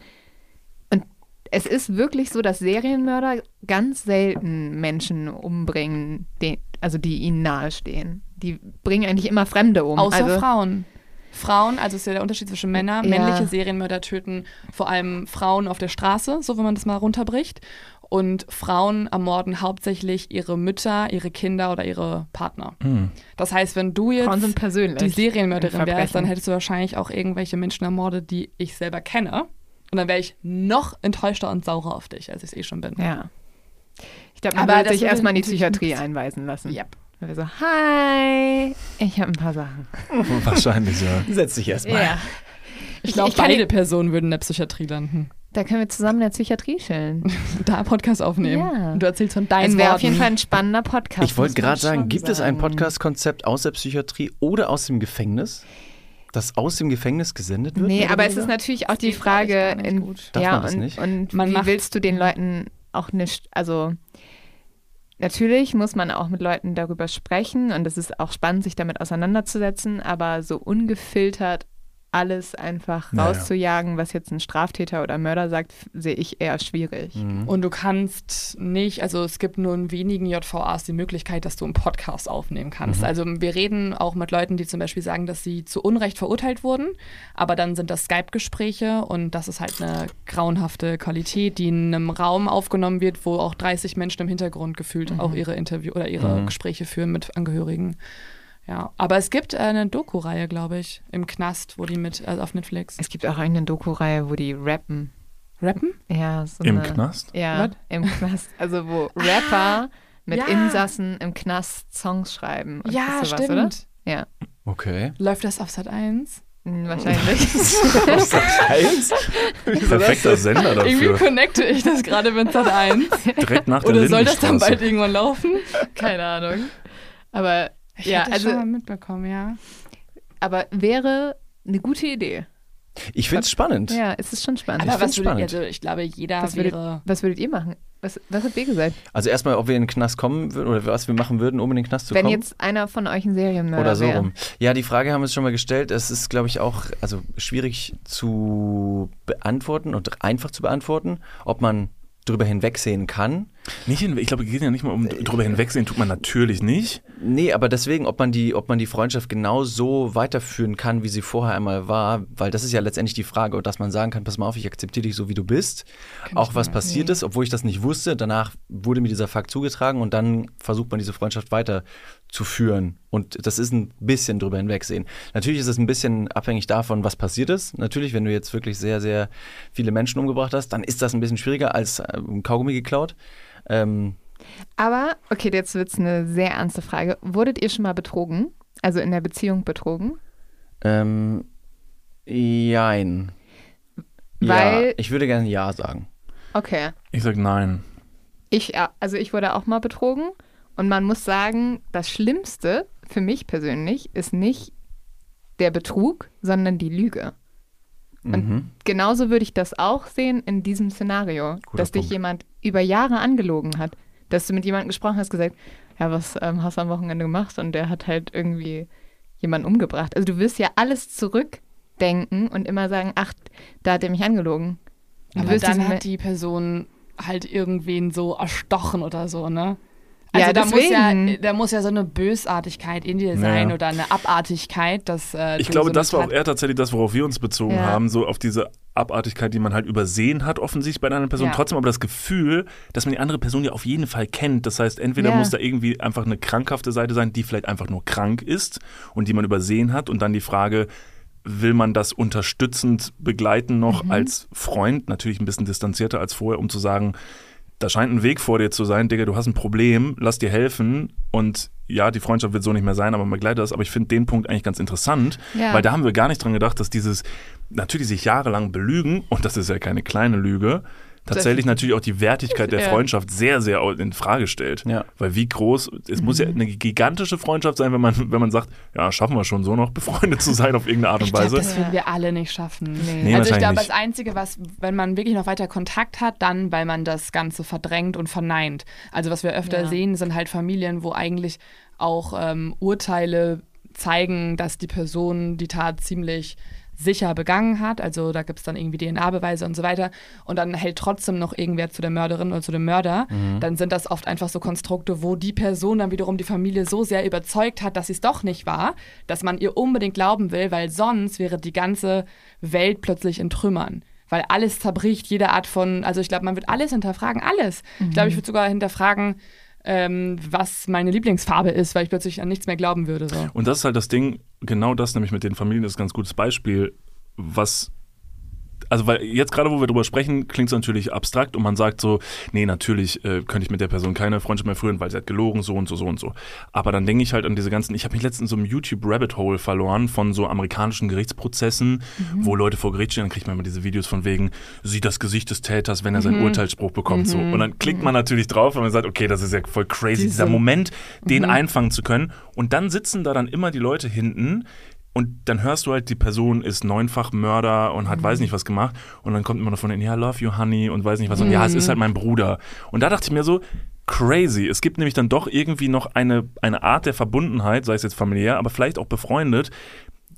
Und es ist wirklich so, dass Serienmörder ganz selten Menschen umbringen, die, also die ihnen nahestehen. Die bringen eigentlich immer Fremde um. Außer also, Frauen. Frauen, also ist ja der Unterschied zwischen Männern, Ja. männliche Serienmörder töten vor allem Frauen auf der Straße, so wenn man das mal runterbricht. Und Frauen ermorden hauptsächlich ihre Mütter, ihre Kinder oder ihre Partner. Hm. Das heißt, wenn du jetzt Frauen sind persönlich. die Serienmörderin ein wärst, dann Verbrechen. hättest du wahrscheinlich auch irgendwelche Menschen ermordet, die ich selber kenne. Und dann wäre ich noch enttäuschter und saurer auf dich, als ich es eh schon bin. Ja. Ich glaube, man Aber würde das sich würde erstmal in die natürlich Psychiatrie nichts- einweisen lassen. Yep. Weil wir so, hi, ich habe ein paar Sachen. [LAUGHS] Wahrscheinlich, [LAUGHS] ja. Setz dich erstmal. Ich glaube, kann beide dir- Personen würden in der Psychiatrie landen. [LAUGHS] Da können wir zusammen in der Psychiatrie chillen. da einen Podcast aufnehmen. Ja. Und du erzählst von deinen Es wäre auf jeden Fall Morden. ein spannender Podcast. Ich wollte muss man gerade schon sagen, gibt es ein sagen. Podcast-Konzept aus der Psychiatrie oder aus dem Gefängnis, das aus dem Gefängnis gesendet wird? Nee, oder aber es darüber? ist natürlich auch die geht, glaub ich, Frage, gar nicht in, gut. Darf ja, man das und, nicht? und Man wie macht- willst du den Leuten auch nicht, also natürlich muss man auch mit Leuten darüber sprechen und es ist auch spannend, sich damit auseinanderzusetzen, aber so ungefiltert alles einfach Naja. rauszujagen, was jetzt ein Straftäter oder Mörder sagt, f- sehe ich eher schwierig. Mhm. Und du kannst nicht, also es gibt nur in wenigen JVAs die Möglichkeit, dass du einen Podcast aufnehmen kannst. Also wir reden auch mit Leuten, die zum Beispiel sagen, dass sie zu Unrecht verurteilt wurden, aber dann sind das Skype-Gespräche und das ist halt eine grauenhafte Qualität, die in einem Raum aufgenommen wird, wo auch 30 Menschen im Hintergrund gefühlt auch ihre Interview oder ihre Gespräche führen mit Angehörigen. Ja, aber es gibt eine Doku-Reihe, glaube ich, im Knast, wo die mit, also auf Netflix. Es gibt auch eine Doku-Reihe, wo die rappen. Rappen? Ja, so Im eine, Knast? Ja, Was? im Knast. Also wo [LAUGHS] Rapper mit Ah, ja. Insassen im Knast Songs schreiben. Und Ja, sowas, stimmt. Oder? Ja, [LAUGHS] Okay. Läuft das auf Sat 1? Hm, [LAUGHS] wahrscheinlich. Perfekter Sender Irgendwie dafür. connecte ich das gerade mit Sat 1. [LAUGHS] Direkt [LAUGHS] nach der Oder soll das dann bald Lindenstraße. irgendwann laufen? Keine Ahnung. Aber ja, also, mitbekommen, ja. aber wäre eine gute Idee. Ich finde es spannend. Ja, es ist schon spannend. Aber was find's würde, spannend. also ich glaube, jeder was, würdet, wäre. was würdet ihr machen? Was, was habt ihr gesagt? Also erstmal, ob wir in den Knast kommen würden oder was wir machen würden, um in den Knast zu Wenn kommen. jetzt einer von euch ein Serienmörder Oder so wäre. rum. Ja, die Frage haben wir uns schon mal gestellt. Es ist, glaube ich, auch also schwierig zu beantworten und einfach zu beantworten, ob man drüber hinwegsehen kann. Nicht hin, ich glaube, wir gehen ja nicht mal um drüber hinwegsehen, tut man natürlich nicht. Nee, aber deswegen, ob man die, ob man die Freundschaft genau so weiterführen kann, wie sie vorher einmal war, weil das ist ja letztendlich die Frage, und dass man sagen kann, pass mal auf, ich akzeptiere dich so, wie du bist. auch was passiert ist, obwohl ich das nicht wusste. Danach wurde mir dieser Fakt zugetragen und dann versucht man diese Freundschaft weiterzuführen. Und das ist ein bisschen drüber hinwegsehen. Natürlich ist es ein bisschen abhängig davon, was passiert ist. Natürlich, wenn du jetzt wirklich sehr, sehr viele Menschen umgebracht hast, dann ist das ein bisschen schwieriger als äh, ein Kaugummi geklaut. Ähm, Aber, okay, jetzt wird's eine sehr ernste Frage. Wurdet ihr schon mal betrogen? Also in der Beziehung betrogen? ähm, jein. ja, Weil- ich würde gerne Ja sagen. Okay. Ich sag nein. Ich, äh, also ich wurde auch mal betrogen und man muss sagen, das Schlimmste für mich persönlich ist nicht der Betrug, sondern die Lüge. Und Mhm. genauso würde ich das auch sehen in diesem Szenario, dass dich Punkt. jemand über Jahre angelogen hat, dass du mit jemandem gesprochen hast, gesagt, ja, was ähm, hast du am Wochenende gemacht? Und der hat halt irgendwie jemanden umgebracht. Also du wirst ja alles zurückdenken und immer sagen, ach, da hat er mich angelogen. Du Aber wirst dann diesen- hat die Person halt irgendwen so erstochen oder so, ne? Ja, Also da, muss ja, deswegen. da muss ja so eine Bösartigkeit in dir sein Ja. oder eine Abartigkeit, dass äh, Ich du glaube, so das war eine auch eher tatsächlich das, worauf wir uns bezogen Ja. haben, so auf diese Abartigkeit, die man halt übersehen hat, offensichtlich bei einer Person. Ja. Trotzdem aber das Gefühl, dass man die andere Person ja auf jeden Fall kennt. Das heißt, entweder Ja. muss da irgendwie einfach eine krankhafte Seite sein, die vielleicht einfach nur krank ist und die man übersehen hat. Und dann die Frage, will man das unterstützend begleiten noch Mhm. als Freund, natürlich ein bisschen distanzierter als vorher, um zu sagen, da scheint ein Weg vor dir zu sein, Digga, du hast ein Problem, lass dir helfen und ja, die Freundschaft wird so nicht mehr sein, aber man begleitet das. Aber ich finde den Punkt eigentlich ganz interessant, Ja. weil da haben wir gar nicht dran gedacht, dass dieses natürlich sich jahrelang belügen, und das ist ja keine kleine Lüge, tatsächlich natürlich auch die Wertigkeit der Ja. Freundschaft sehr, sehr in Frage stellt. Ja. Weil wie groß, es muss ja eine gigantische Freundschaft sein, wenn man, wenn man sagt, ja, schaffen wir schon so noch [LAUGHS] befreundet zu sein auf irgendeine Art und Ich glaube, Weise. das würden wir alle nicht schaffen. Nee, also ich wahrscheinlich glaube, das nicht. Einzige, was, wenn man wirklich noch weiter Kontakt hat, dann, weil man das Ganze verdrängt und verneint. Also was wir öfter Ja. sehen, sind halt Familien, wo eigentlich auch ähm, Urteile zeigen, dass die Person die Tat ziemlich sicher begangen hat. Also da gibt es dann irgendwie DNA-Beweise und so weiter. Und dann hält trotzdem noch irgendwer zu der Mörderin oder zu dem Mörder. Dann sind das oft einfach so Konstrukte, wo die Person dann wiederum die Familie so sehr überzeugt hat, dass sie es doch nicht war, dass man ihr unbedingt glauben will, weil sonst wäre die ganze Welt plötzlich in Trümmern. Weil alles zerbricht, jede Art von, also ich glaube, man wird alles hinterfragen, alles. Ich glaube, ich würde sogar hinterfragen, ähm, was meine Lieblingsfarbe ist, weil ich plötzlich an nichts mehr glauben würde. So. Und das ist halt das Ding, genau das nämlich mit den Familien ist ein ganz gutes Beispiel, was. Also, weil jetzt gerade, wo wir drüber sprechen, klingt es natürlich abstrakt und man sagt so, nee, natürlich äh, könnte ich mit der Person keine Freundschaft mehr führen, weil sie hat gelogen, so und so, so und so. Aber dann denke ich halt an diese ganzen, ich habe mich letztens in so einem YouTube-Rabbit-Hole verloren von so amerikanischen Gerichtsprozessen, wo Leute vor Gericht stehen, dann kriegt man immer diese Videos von wegen, sieht das Gesicht des Täters, wenn er seinen Urteilsspruch bekommt, so. Und dann klickt man natürlich drauf und man sagt, okay, das ist ja voll crazy, dieser Moment, den einfangen zu können. Und dann sitzen da dann immer die Leute hinten und dann hörst du halt, die Person ist neunfach Mörder und hat weiß nicht was gemacht. Und dann kommt immer noch von denen, ja, love you, honey und weiß nicht was. Und ja, es ist halt mein Bruder. Und da dachte ich mir so, crazy. Es gibt nämlich dann doch irgendwie noch eine, eine Art der Verbundenheit, sei es jetzt familiär, aber vielleicht auch befreundet,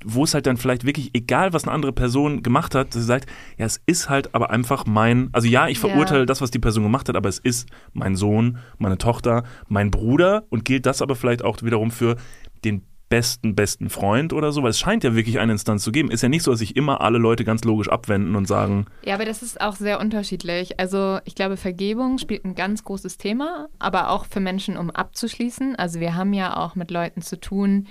wo es halt dann vielleicht wirklich, egal was eine andere Person gemacht hat, sie sagt, ja, es ist halt aber einfach mein, also ja, ich Ja. verurteile das, was die Person gemacht hat, aber es ist mein Sohn, meine Tochter, mein Bruder und gilt das aber vielleicht auch wiederum für den besten, besten Freund oder so, weil es scheint ja wirklich eine Instanz zu geben. Ist ja nicht so, dass sich immer alle Leute ganz logisch abwenden und sagen, Ja, aber das ist auch sehr unterschiedlich. Also ich glaube, Vergebung spielt ein ganz großes Thema, aber auch für Menschen, um abzuschließen. Also wir haben ja auch mit Leuten zu tun,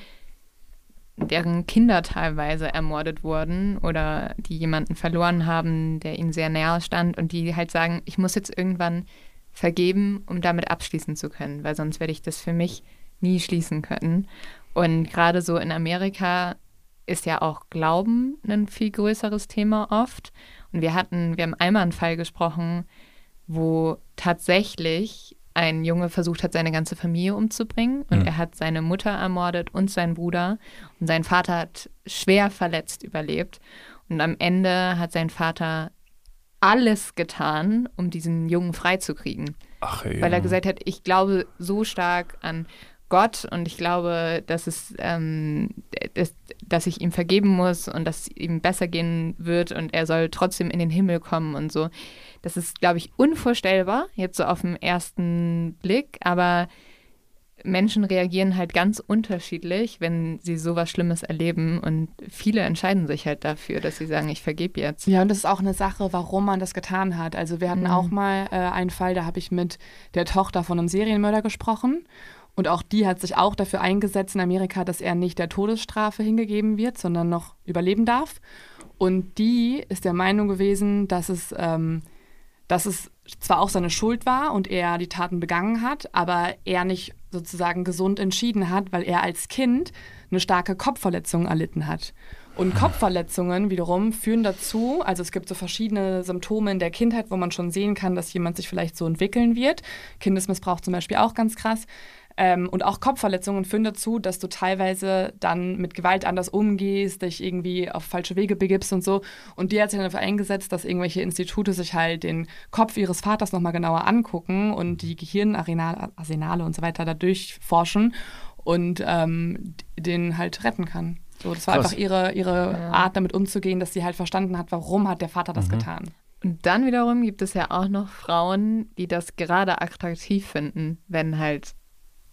deren Kinder teilweise ermordet wurden oder die jemanden verloren haben, der ihnen sehr nahe stand und die halt sagen, ich muss jetzt irgendwann vergeben, um damit abschließen zu können, weil sonst werde ich das für mich nie schließen können. Und gerade so in Amerika ist ja auch Glauben ein viel größeres Thema oft. Und wir hatten, wir haben einmal einen Fall gesprochen, wo tatsächlich ein Junge versucht hat, seine ganze Familie umzubringen. Und er hat seine Mutter ermordet und seinen Bruder. Und sein Vater hat schwer verletzt überlebt. Und am Ende hat sein Vater alles getan, um diesen Jungen freizukriegen ach ey, weil er gesagt hat, ich glaube so stark an Gott und ich glaube, dass es, ähm, dass, dass ich ihm vergeben muss und dass es ihm besser gehen wird und er soll trotzdem in den Himmel kommen und so. Das ist, glaube ich, unvorstellbar, jetzt so auf den ersten Blick, aber Menschen reagieren halt ganz unterschiedlich, wenn sie sowas Schlimmes erleben und viele entscheiden sich halt dafür, dass sie sagen, ich vergebe jetzt. Ja, und das ist auch eine Sache, warum man das getan hat. Also wir hatten auch mal äh, einen Fall, da habe ich mit der Tochter von einem Serienmörder gesprochen. Und auch die hat sich auch dafür eingesetzt in Amerika, dass er nicht der Todesstrafe hingegeben wird, sondern noch überleben darf. Und die ist der Meinung gewesen, dass es, ähm, dass es zwar auch seine Schuld war und er die Taten begangen hat, aber er nicht sozusagen gesund entschieden hat, weil er als Kind eine starke Kopfverletzung erlitten hat. Und Kopfverletzungen wiederum führen dazu, also es gibt so verschiedene Symptome in der Kindheit, wo man schon sehen kann, dass jemand sich vielleicht so entwickeln wird. Kindesmissbrauch zum Beispiel auch ganz krass. Ähm, und auch Kopfverletzungen führen dazu, dass du teilweise dann mit Gewalt anders umgehst, dich irgendwie auf falsche Wege begibst und so. Und die hat sich dann dafür eingesetzt, dass irgendwelche Institute sich halt den Kopf ihres Vaters nochmal genauer angucken und die Gehirnarsenale und so weiter dadurch forschen und ähm, den halt retten kann. So, das war Krass. einfach ihre, ihre Art, damit umzugehen, dass sie halt verstanden hat, warum hat der Vater das getan. Und dann wiederum gibt es ja auch noch Frauen, die das gerade attraktiv finden, wenn halt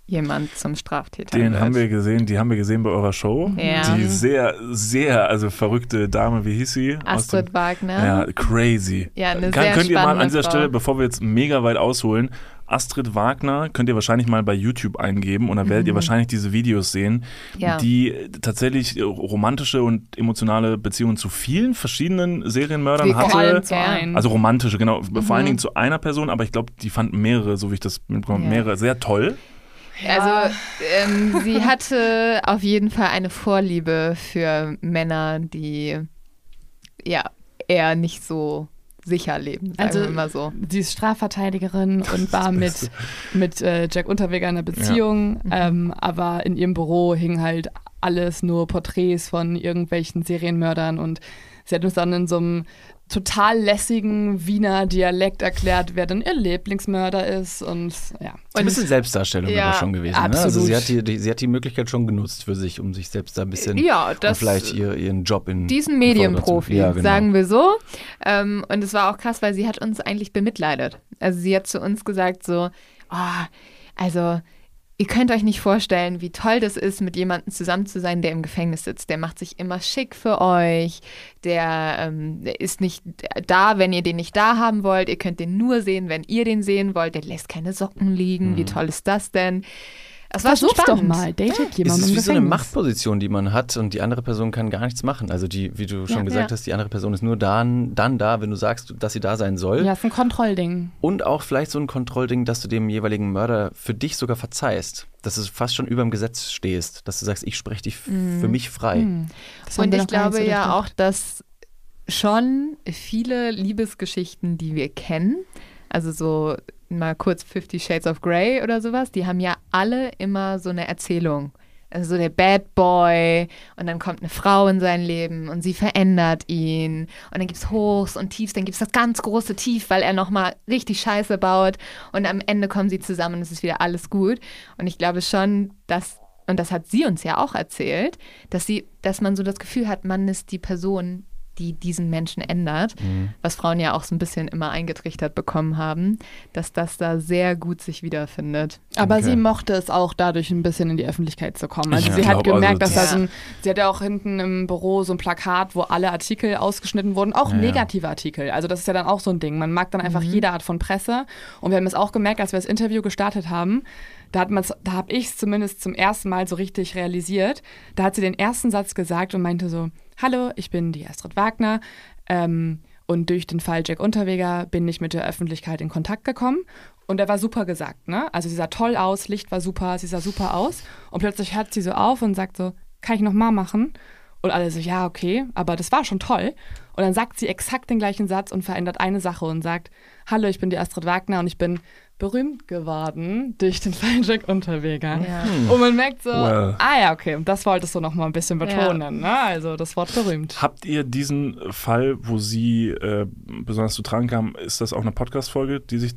jemand zum Straftäter Den wird. haben wir gesehen, die haben wir gesehen bei eurer Show. Ja. Die sehr, sehr, also verrückte Dame, wie hieß sie? Aus Astrid dem- Wagner. Ja, crazy. Ja, eine Kann, sehr könnt ihr mal an spannende dieser Frau. Stelle, bevor wir jetzt mega weit ausholen, Astrid Wagner könnt ihr wahrscheinlich mal bei YouTube eingeben und dann werdet ihr wahrscheinlich diese Videos sehen, Mhm. Ja. die tatsächlich romantische und emotionale Beziehungen zu vielen verschiedenen Serienmördern Wir hatte. Vor allem zu ja. einem. Also romantische, genau. Vor Mhm. allen Dingen zu einer Person, aber ich glaube, die fanden mehrere, so wie ich das mitbekommen habe, Ja. mehrere sehr toll. Also ähm, sie hatte auf jeden Fall eine Vorliebe für Männer, die ja eher nicht so sicher leben, sagen Also- wir mal so. Sie ist Strafverteidigerin und war mit, mit äh, Jack Unterweger in einer Beziehung, Mhm. ähm, aber in ihrem Büro hing halt alles nur Porträts von irgendwelchen Serienmördern und sie hat uns dann in so einem total lässigen Wiener Dialekt erklärt, wer denn ihr Lieblingsmörder ist und ja. Ein bisschen Selbstdarstellung Ja, aber schon gewesen. Ne? Also absolut. sie hat, die, die, sie hat die Möglichkeit schon genutzt für sich, um sich selbst da ein bisschen Ja, und das- vielleicht ihr, ihren Job in diesen in Vordergrund zu- Medienprofi, ja, genau. sagen wir so. Ähm, und es war auch krass, weil sie hat uns eigentlich bemitleidet. Also sie hat zu uns gesagt so, oh, also ihr könnt euch nicht vorstellen, wie toll das ist, mit jemandem zusammen zu sein, der im Gefängnis sitzt. Der macht sich immer schick für euch, der, ähm, der ist nicht da, wenn ihr den nicht da haben wollt. Ihr könnt den nur sehen, wenn ihr den sehen wollt. Der lässt keine Socken liegen. Mhm. Wie toll ist das denn? Das war schon Versuch's doch spannend. mal, datet Es jemanden ist im wie so eine Gefängnis. Machtposition, die man hat und die andere Person kann gar nichts machen. Also die, wie du schon Ja. gesagt Ja. hast, die andere Person ist nur dann, dann da, wenn du sagst, dass sie da sein soll. ja, ist ein Kontrollding. Und auch vielleicht so ein Kontrollding, dass du dem jeweiligen Mörder für dich sogar verzeihst. Dass du fast schon über dem Gesetz stehst. Dass du sagst, ich spreche dich f- Mhm. für mich frei. Das haben Und wir noch gar ich nicht glaube so ja durchdacht. auch, dass schon viele Liebesgeschichten, die wir kennen, also so mal kurz Fifty Shades of Grey oder sowas, die haben ja alle immer so eine Erzählung. Also so der Bad Boy und dann kommt eine Frau in sein Leben und sie verändert ihn und dann gibt es Hochs und Tiefs, dann gibt es das ganz große Tief, weil er nochmal richtig Scheiße baut und am Ende kommen sie zusammen und es ist wieder alles gut. Und ich glaube schon, dass und das hat sie uns ja auch erzählt, dass sie, dass man so das Gefühl hat, man ist die Person, die diesen Menschen ändert, Mhm. was Frauen ja auch so ein bisschen immer eingetrichtert bekommen haben, dass das da sehr gut sich wiederfindet. Aber Okay. sie mochte es auch dadurch ein bisschen in die Öffentlichkeit zu kommen. Also Ich sie hat glaub, also gemerkt, dass da das- so ein, sie hat ja auch hinten im Büro so ein Plakat, wo alle Artikel ausgeschnitten wurden, auch negative Artikel. Also das ist ja dann auch so ein Ding. Man mag dann Mhm. einfach jede Art von Presse. Und wir haben es auch gemerkt, als wir das Interview gestartet haben, da hat man's, da habe ich es zumindest zum ersten Mal so richtig realisiert. Da hat sie den ersten Satz gesagt und meinte so: Hallo, ich bin die Astrid Wagner. Ähm, und durch den Fall Jack Unterweger bin ich mit der Öffentlichkeit in Kontakt gekommen. Und er war super gesagt, ne? Also sie sah toll aus, Licht war super, sie sah super aus. Und plötzlich hört sie so auf und sagt so, kann ich nochmal machen? Und alle so, ja, okay, aber das war schon toll. Und dann sagt sie exakt den gleichen Satz und verändert eine Sache und sagt, hallo, ich bin die Astrid Wagner und ich bin berühmt geworden durch den Fall Jack Unterweger. Ja. Und man merkt so, Well. ah ja, okay, und das wolltest du nochmal ein bisschen betonen, ne? Also das Wort berühmt. Habt ihr diesen Fall, wo sie äh, besonders zu tragen kam, ist das auch eine Podcast-Folge, die sich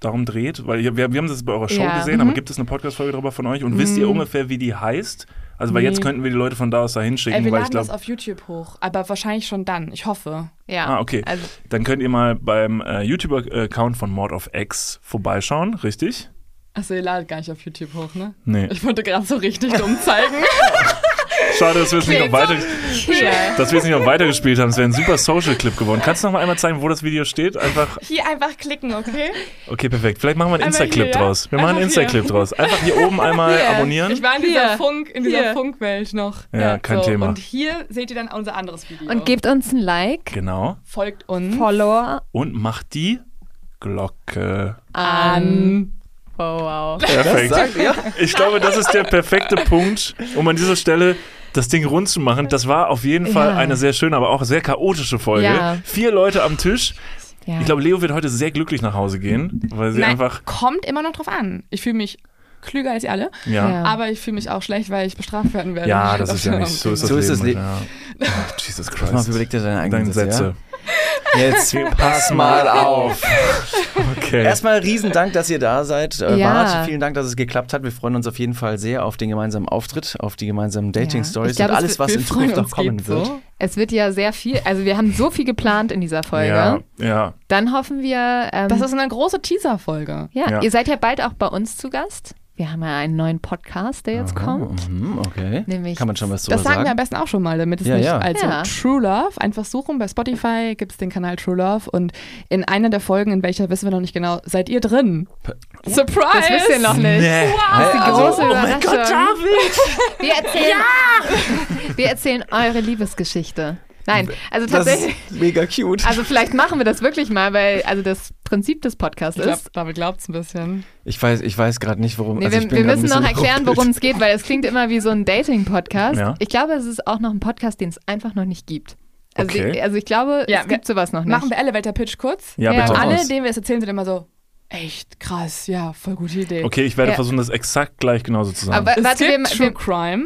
darum dreht? Weil ihr- wir, wir haben das bei eurer Show Ja. gesehen, Mhm. aber gibt es eine Podcast-Folge darüber von euch? Und wisst ihr ungefähr, wie die heißt? Also, weil Nee. jetzt könnten wir die Leute von da aus da hinschicken, Ey, wir weil laden ich das glaube. auf YouTube hoch, aber wahrscheinlich schon dann, ich hoffe. Ja. Ah, okay. Also Dann könnt ihr mal beim äh, YouTuber-Account von Mord of X vorbeischauen, richtig? Achso, Also, ihr ladet gar nicht auf YouTube hoch, ne? Nee. Ich wollte gerade so richtig [LAUGHS] dumm zeigen. Schade, dass wir es nicht noch weiter. hier, Dass wir es nicht noch weitergespielt haben, es wäre ein super Social-Clip geworden. Kannst du noch mal einmal zeigen, wo das Video steht? Einfach, Hier einfach klicken, okay? okay, perfekt. Vielleicht machen wir einen Einmal Insta-Clip hier, ja? draus. Wir machen einen Einfach hier. Insta-Clip draus. Einfach hier oben einmal Hier. abonnieren. Ich war in dieser Hier. Funk, in dieser Hier. Funkwelt noch. Ja, kein Thema. Und hier seht ihr dann unser anderes Video. und gebt uns ein Like, Genau. folgt uns Follower Und macht die Glocke. an. Oh, wow. Perfekt. Ich glaube, das ist der perfekte Punkt, um an dieser Stelle das Ding rund zu machen. Das war auf jeden Fall Ja. eine sehr schöne, aber auch sehr chaotische Folge. Ja. Vier Leute am Tisch. Ja. Ich glaube, Leo wird heute sehr glücklich nach Hause gehen, weil sie Nein, einfach. kommt immer noch drauf an. Ich fühle mich klüger als ihr alle, Ja. Ja. aber ich fühle mich auch schlecht, weil ich bestraft werden werde. [LAUGHS] Ja, das ist ja nicht so. Ist das So ist das Oh, Leben. Leben. Ja. Ach, Jesus Pass mal, Christ. auf, überleg dir deine eigenen Deine Sätze. Ja? [LAUGHS] Jetzt pass mal auf. Okay. Erstmal riesen Dank, dass ihr da seid. Äh, Ja. Mart, vielen Dank, dass es geklappt hat. Wir freuen uns auf jeden Fall sehr auf den gemeinsamen Auftritt, auf die gemeinsamen Ich Dating-Stories glaub, und es alles, wird- was wir in freuen Zukunft noch uns, kommen geht's wird. so? Es wird ja sehr viel, also wir haben so viel geplant in dieser Folge. ja, ja. Dann hoffen wir, ähm, Das ist eine große Teaser-Folge. ja, ja. ihr seid ja bald auch bei uns zu Gast. Wir haben ja einen neuen Podcast, der jetzt kommt. Mhm, okay. Nämlich- Kann man schon was drüber Das sagen wir am sagen? besten auch schon mal, damit es Ja, nicht. ja. Also Ja. True Love, einfach suchen. Bei Spotify gibt es den Kanal True Love und in einer der Folgen, in welcher wissen wir noch nicht genau, seid ihr drin. Surprise! Das wisst ihr noch nicht. Nee. Das ist die Hä? Also- große Überraschung. Wir [LAUGHS] erzählen, wir erzählen eure Liebesgeschichte. Nein, also das tatsächlich. ist mega cute. Also vielleicht machen wir das wirklich mal, weil also das Prinzip des Podcasts Ich glaub, ist. [LAUGHS] David glaubt es ein bisschen. Ich weiß, ich weiß gerade nicht, worum. Nee, also ich wir bin wir grad ein müssen noch bisschen erklären, worum es geht, weil es klingt immer wie so ein Dating-Podcast. Ja. Ich glaube, es ist auch noch ein Podcast, den es einfach noch nicht gibt. Also, Okay. ich, also ich glaube, Ja, es gibt sowas noch nicht. Machen wir Elevator Pitch kurz. Ja, Ja, bitte. Alle, Raus. denen wir es erzählen, sind immer so, echt krass, ja, voll gute Idee. Äh, Okay, ich werde Ja. versuchen, das exakt gleich genauso zu sagen. Aber Es warte, wir, gibt True wir, Crime.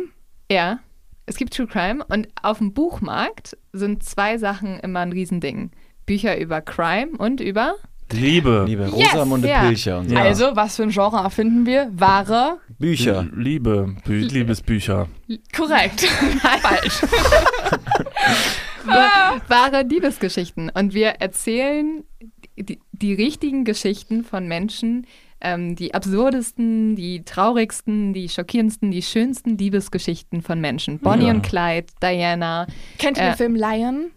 Ja, es gibt True Crime und auf dem Buchmarkt sind zwei Sachen immer ein Riesending. Bücher über Crime und über Liebe. Liebe Yes, Rosamunde ja. Pilcher und so. Ja. Also, was für ein Genre erfinden wir? Wahre. Bücher. Mhm. Liebe. Bü Liebesbücher. Korrekt. [LAUGHS] Falsch. wa- wahre Liebesgeschichten. Und wir erzählen die, die richtigen Geschichten von Menschen, ähm, die absurdesten, die traurigsten, die schockierendsten, die schönsten Liebesgeschichten von Menschen. Bonnie Ja. und Clyde, Diana. Kennt ihr Äh, den Film Lion?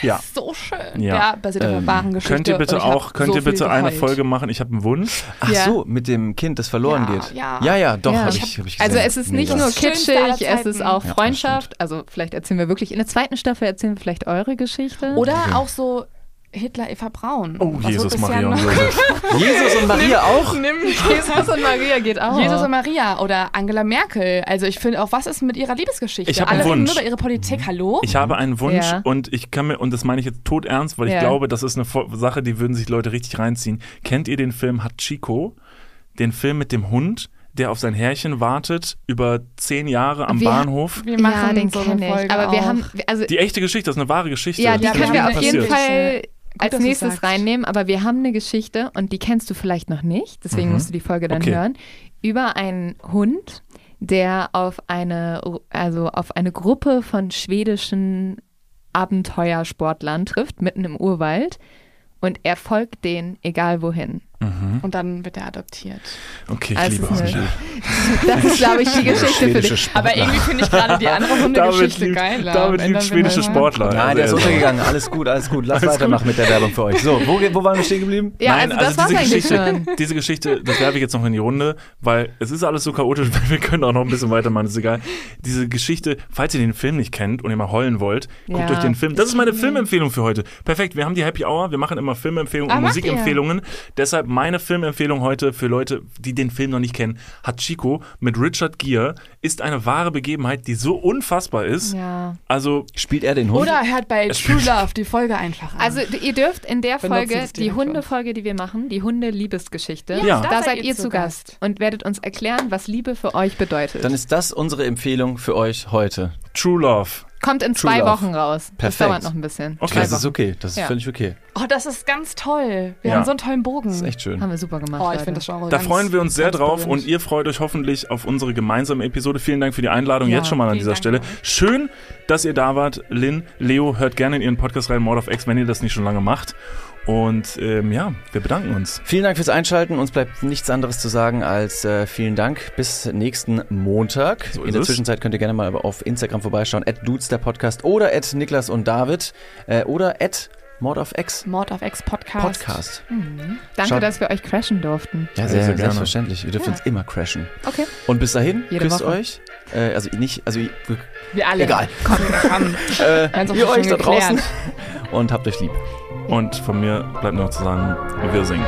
Ja. So schön. Ja. Ähm, Ja, basiert auf einer wahren Geschichte. Könnt ihr und bitte ich hab auch, könnt so ihr bitte viel eine geheult. Folge machen? Ich habe einen Wunsch. Ach Ja. so, mit dem Kind, das verloren Ja, geht. ja. ja, ja, doch, Ja. habe Ich ich, hab ich Also gesehen. es ist nicht Mega. nur Das Schönste aller kitschig, es Zeiten. ist auch Ja, das Freundschaft. Also vielleicht erzählen wir wirklich, in der zweiten Staffel erzählen wir vielleicht eure Geschichte. Oder auch so Hitler, Eva Braun. Oh, Also Jesus, bisher Maria und noch- [LAUGHS] Josef. Jesus [LAUGHS] und Maria auch. Oh, Nimm Jesus und Maria geht auch. Jesus und Maria oder Angela Merkel. Also ich finde auch, was ist mit ihrer Liebesgeschichte? Ich hab Alle einen reden Wunsch. Mhm. nur über ihre Politik, hallo? Ich habe [LAUGHS] einen Wunsch Ja. und ich kann mir, und das meine ich jetzt tot ernst, weil ich Ja. glaube, das ist eine Fo- Sache, die würden sich Leute richtig reinziehen. Kennt ihr den Film Hachiko? Den Film mit dem Hund, der auf sein Härchen wartet, über zehn Jahre am Wir- Bahnhof? wir ja, den so eine kenne ich. Folge Aber wir auch. haben, also Die echte Geschichte, das ist eine wahre Geschichte. ja, die Ja, Das können ist wir wir haben wirklich auf eine jeden passiert. Fall dass als du's nächstes sagst. reinnehmen. Aber wir haben eine Geschichte und die kennst du vielleicht noch nicht. Deswegen musst du die Folge dann Okay. hören über einen Hund, der auf eine, also auf eine Gruppe von schwedischen Abenteuersportlern trifft, mitten im Urwald. Und er folgt denen, egal wohin. Und dann wird er adoptiert. Okay, ich Also liebe es ist Hunde. Das ist, glaube ich, die Geschichte für dich. Aber irgendwie finde ich gerade die [LAUGHS] andere Hundegeschichte geiler. David Wenn dann wieder liebt schwedische mal- Sportler. Nein, der ist Also, untergegangen. Alles gut, alles gut. Lass weitermachen mit der Werbung für euch. So, wo, ge- wo waren wir stehen geblieben? Ja, Nein, also das war's diese eigentlich Geschichte, schon. diese Geschichte, das werfe ich jetzt noch in die Runde, weil es ist alles so chaotisch, [LAUGHS] weil wir können auch noch ein bisschen weitermachen, ist egal. Diese Geschichte, falls ihr den Film nicht kennt und ihr mal heulen wollt, guckt Ja. euch den Film. Das ist meine Filmempfehlung für heute. Perfekt, wir haben die Happy Hour, wir machen immer Filmempfehlungen Ah, und macht ihr? Musikempfehlungen. Deshalb meine Filmempfehlung heute für Leute, die den Film noch nicht kennen. Hachiko mit Richard Gere ist eine wahre Begebenheit, die so unfassbar ist. Ja. Also Spielt er den Hund? Oder hört bei True Love die Folge einfach an. Also d- ihr dürft in der Benutzen Folge, es die direkt für uns. Hundefolge, die wir machen, die Hunde-Liebesgeschichte, Ja. da seid ihr zu Gast und werdet uns erklären, was Liebe für euch bedeutet. Dann ist das unsere Empfehlung für euch heute. True Love. Kommt in True zwei Love. Wochen raus. Das Perfekt. dauert noch ein bisschen. Okay. Zwei Das Wochen. ist okay, das ist Ja. völlig okay. Oh, das ist ganz toll. Wir Ja. haben so einen tollen Bogen. Das ist echt schön. Haben wir super gemacht. oh, ich Leute. finde das Genre Da ganz- freuen wir uns sehr ganz drauf berühmt. und ihr freut euch hoffentlich auf unsere gemeinsame Episode. Vielen Dank für die Einladung Ja, jetzt schon mal an vielen dieser Dank Stelle. auch. Schön, dass ihr da wart. Lin, Leo, hört gerne in ihren Podcast rein, Mord of X, wenn ihr das nicht schon lange macht. Und ähm, ja, wir bedanken uns. Vielen Dank fürs Einschalten. Uns bleibt nichts anderes zu sagen als äh, vielen Dank. Bis nächsten Montag. So ist In der es. Zwischenzeit könnt ihr gerne mal auf Instagram vorbeischauen. At Dudes der Podcast oder at Niklas und David äh, oder at Mord auf X Mord auf Ex Podcast. Podcast. Danke, Schaut- dass wir euch crashen durften. Ja, sehr gerne. selbstverständlich. Ihr dürft uns immer crashen. Okay. Und bis dahin, Jede küsst Woche. euch. Äh, also nicht, also ihr- Wir alle. egal. Komm, komm. Äh, Ganz oft ihr schon euch da geklärt. draußen und habt euch lieb. Und von mir bleibt nur noch zu sagen, wir singen.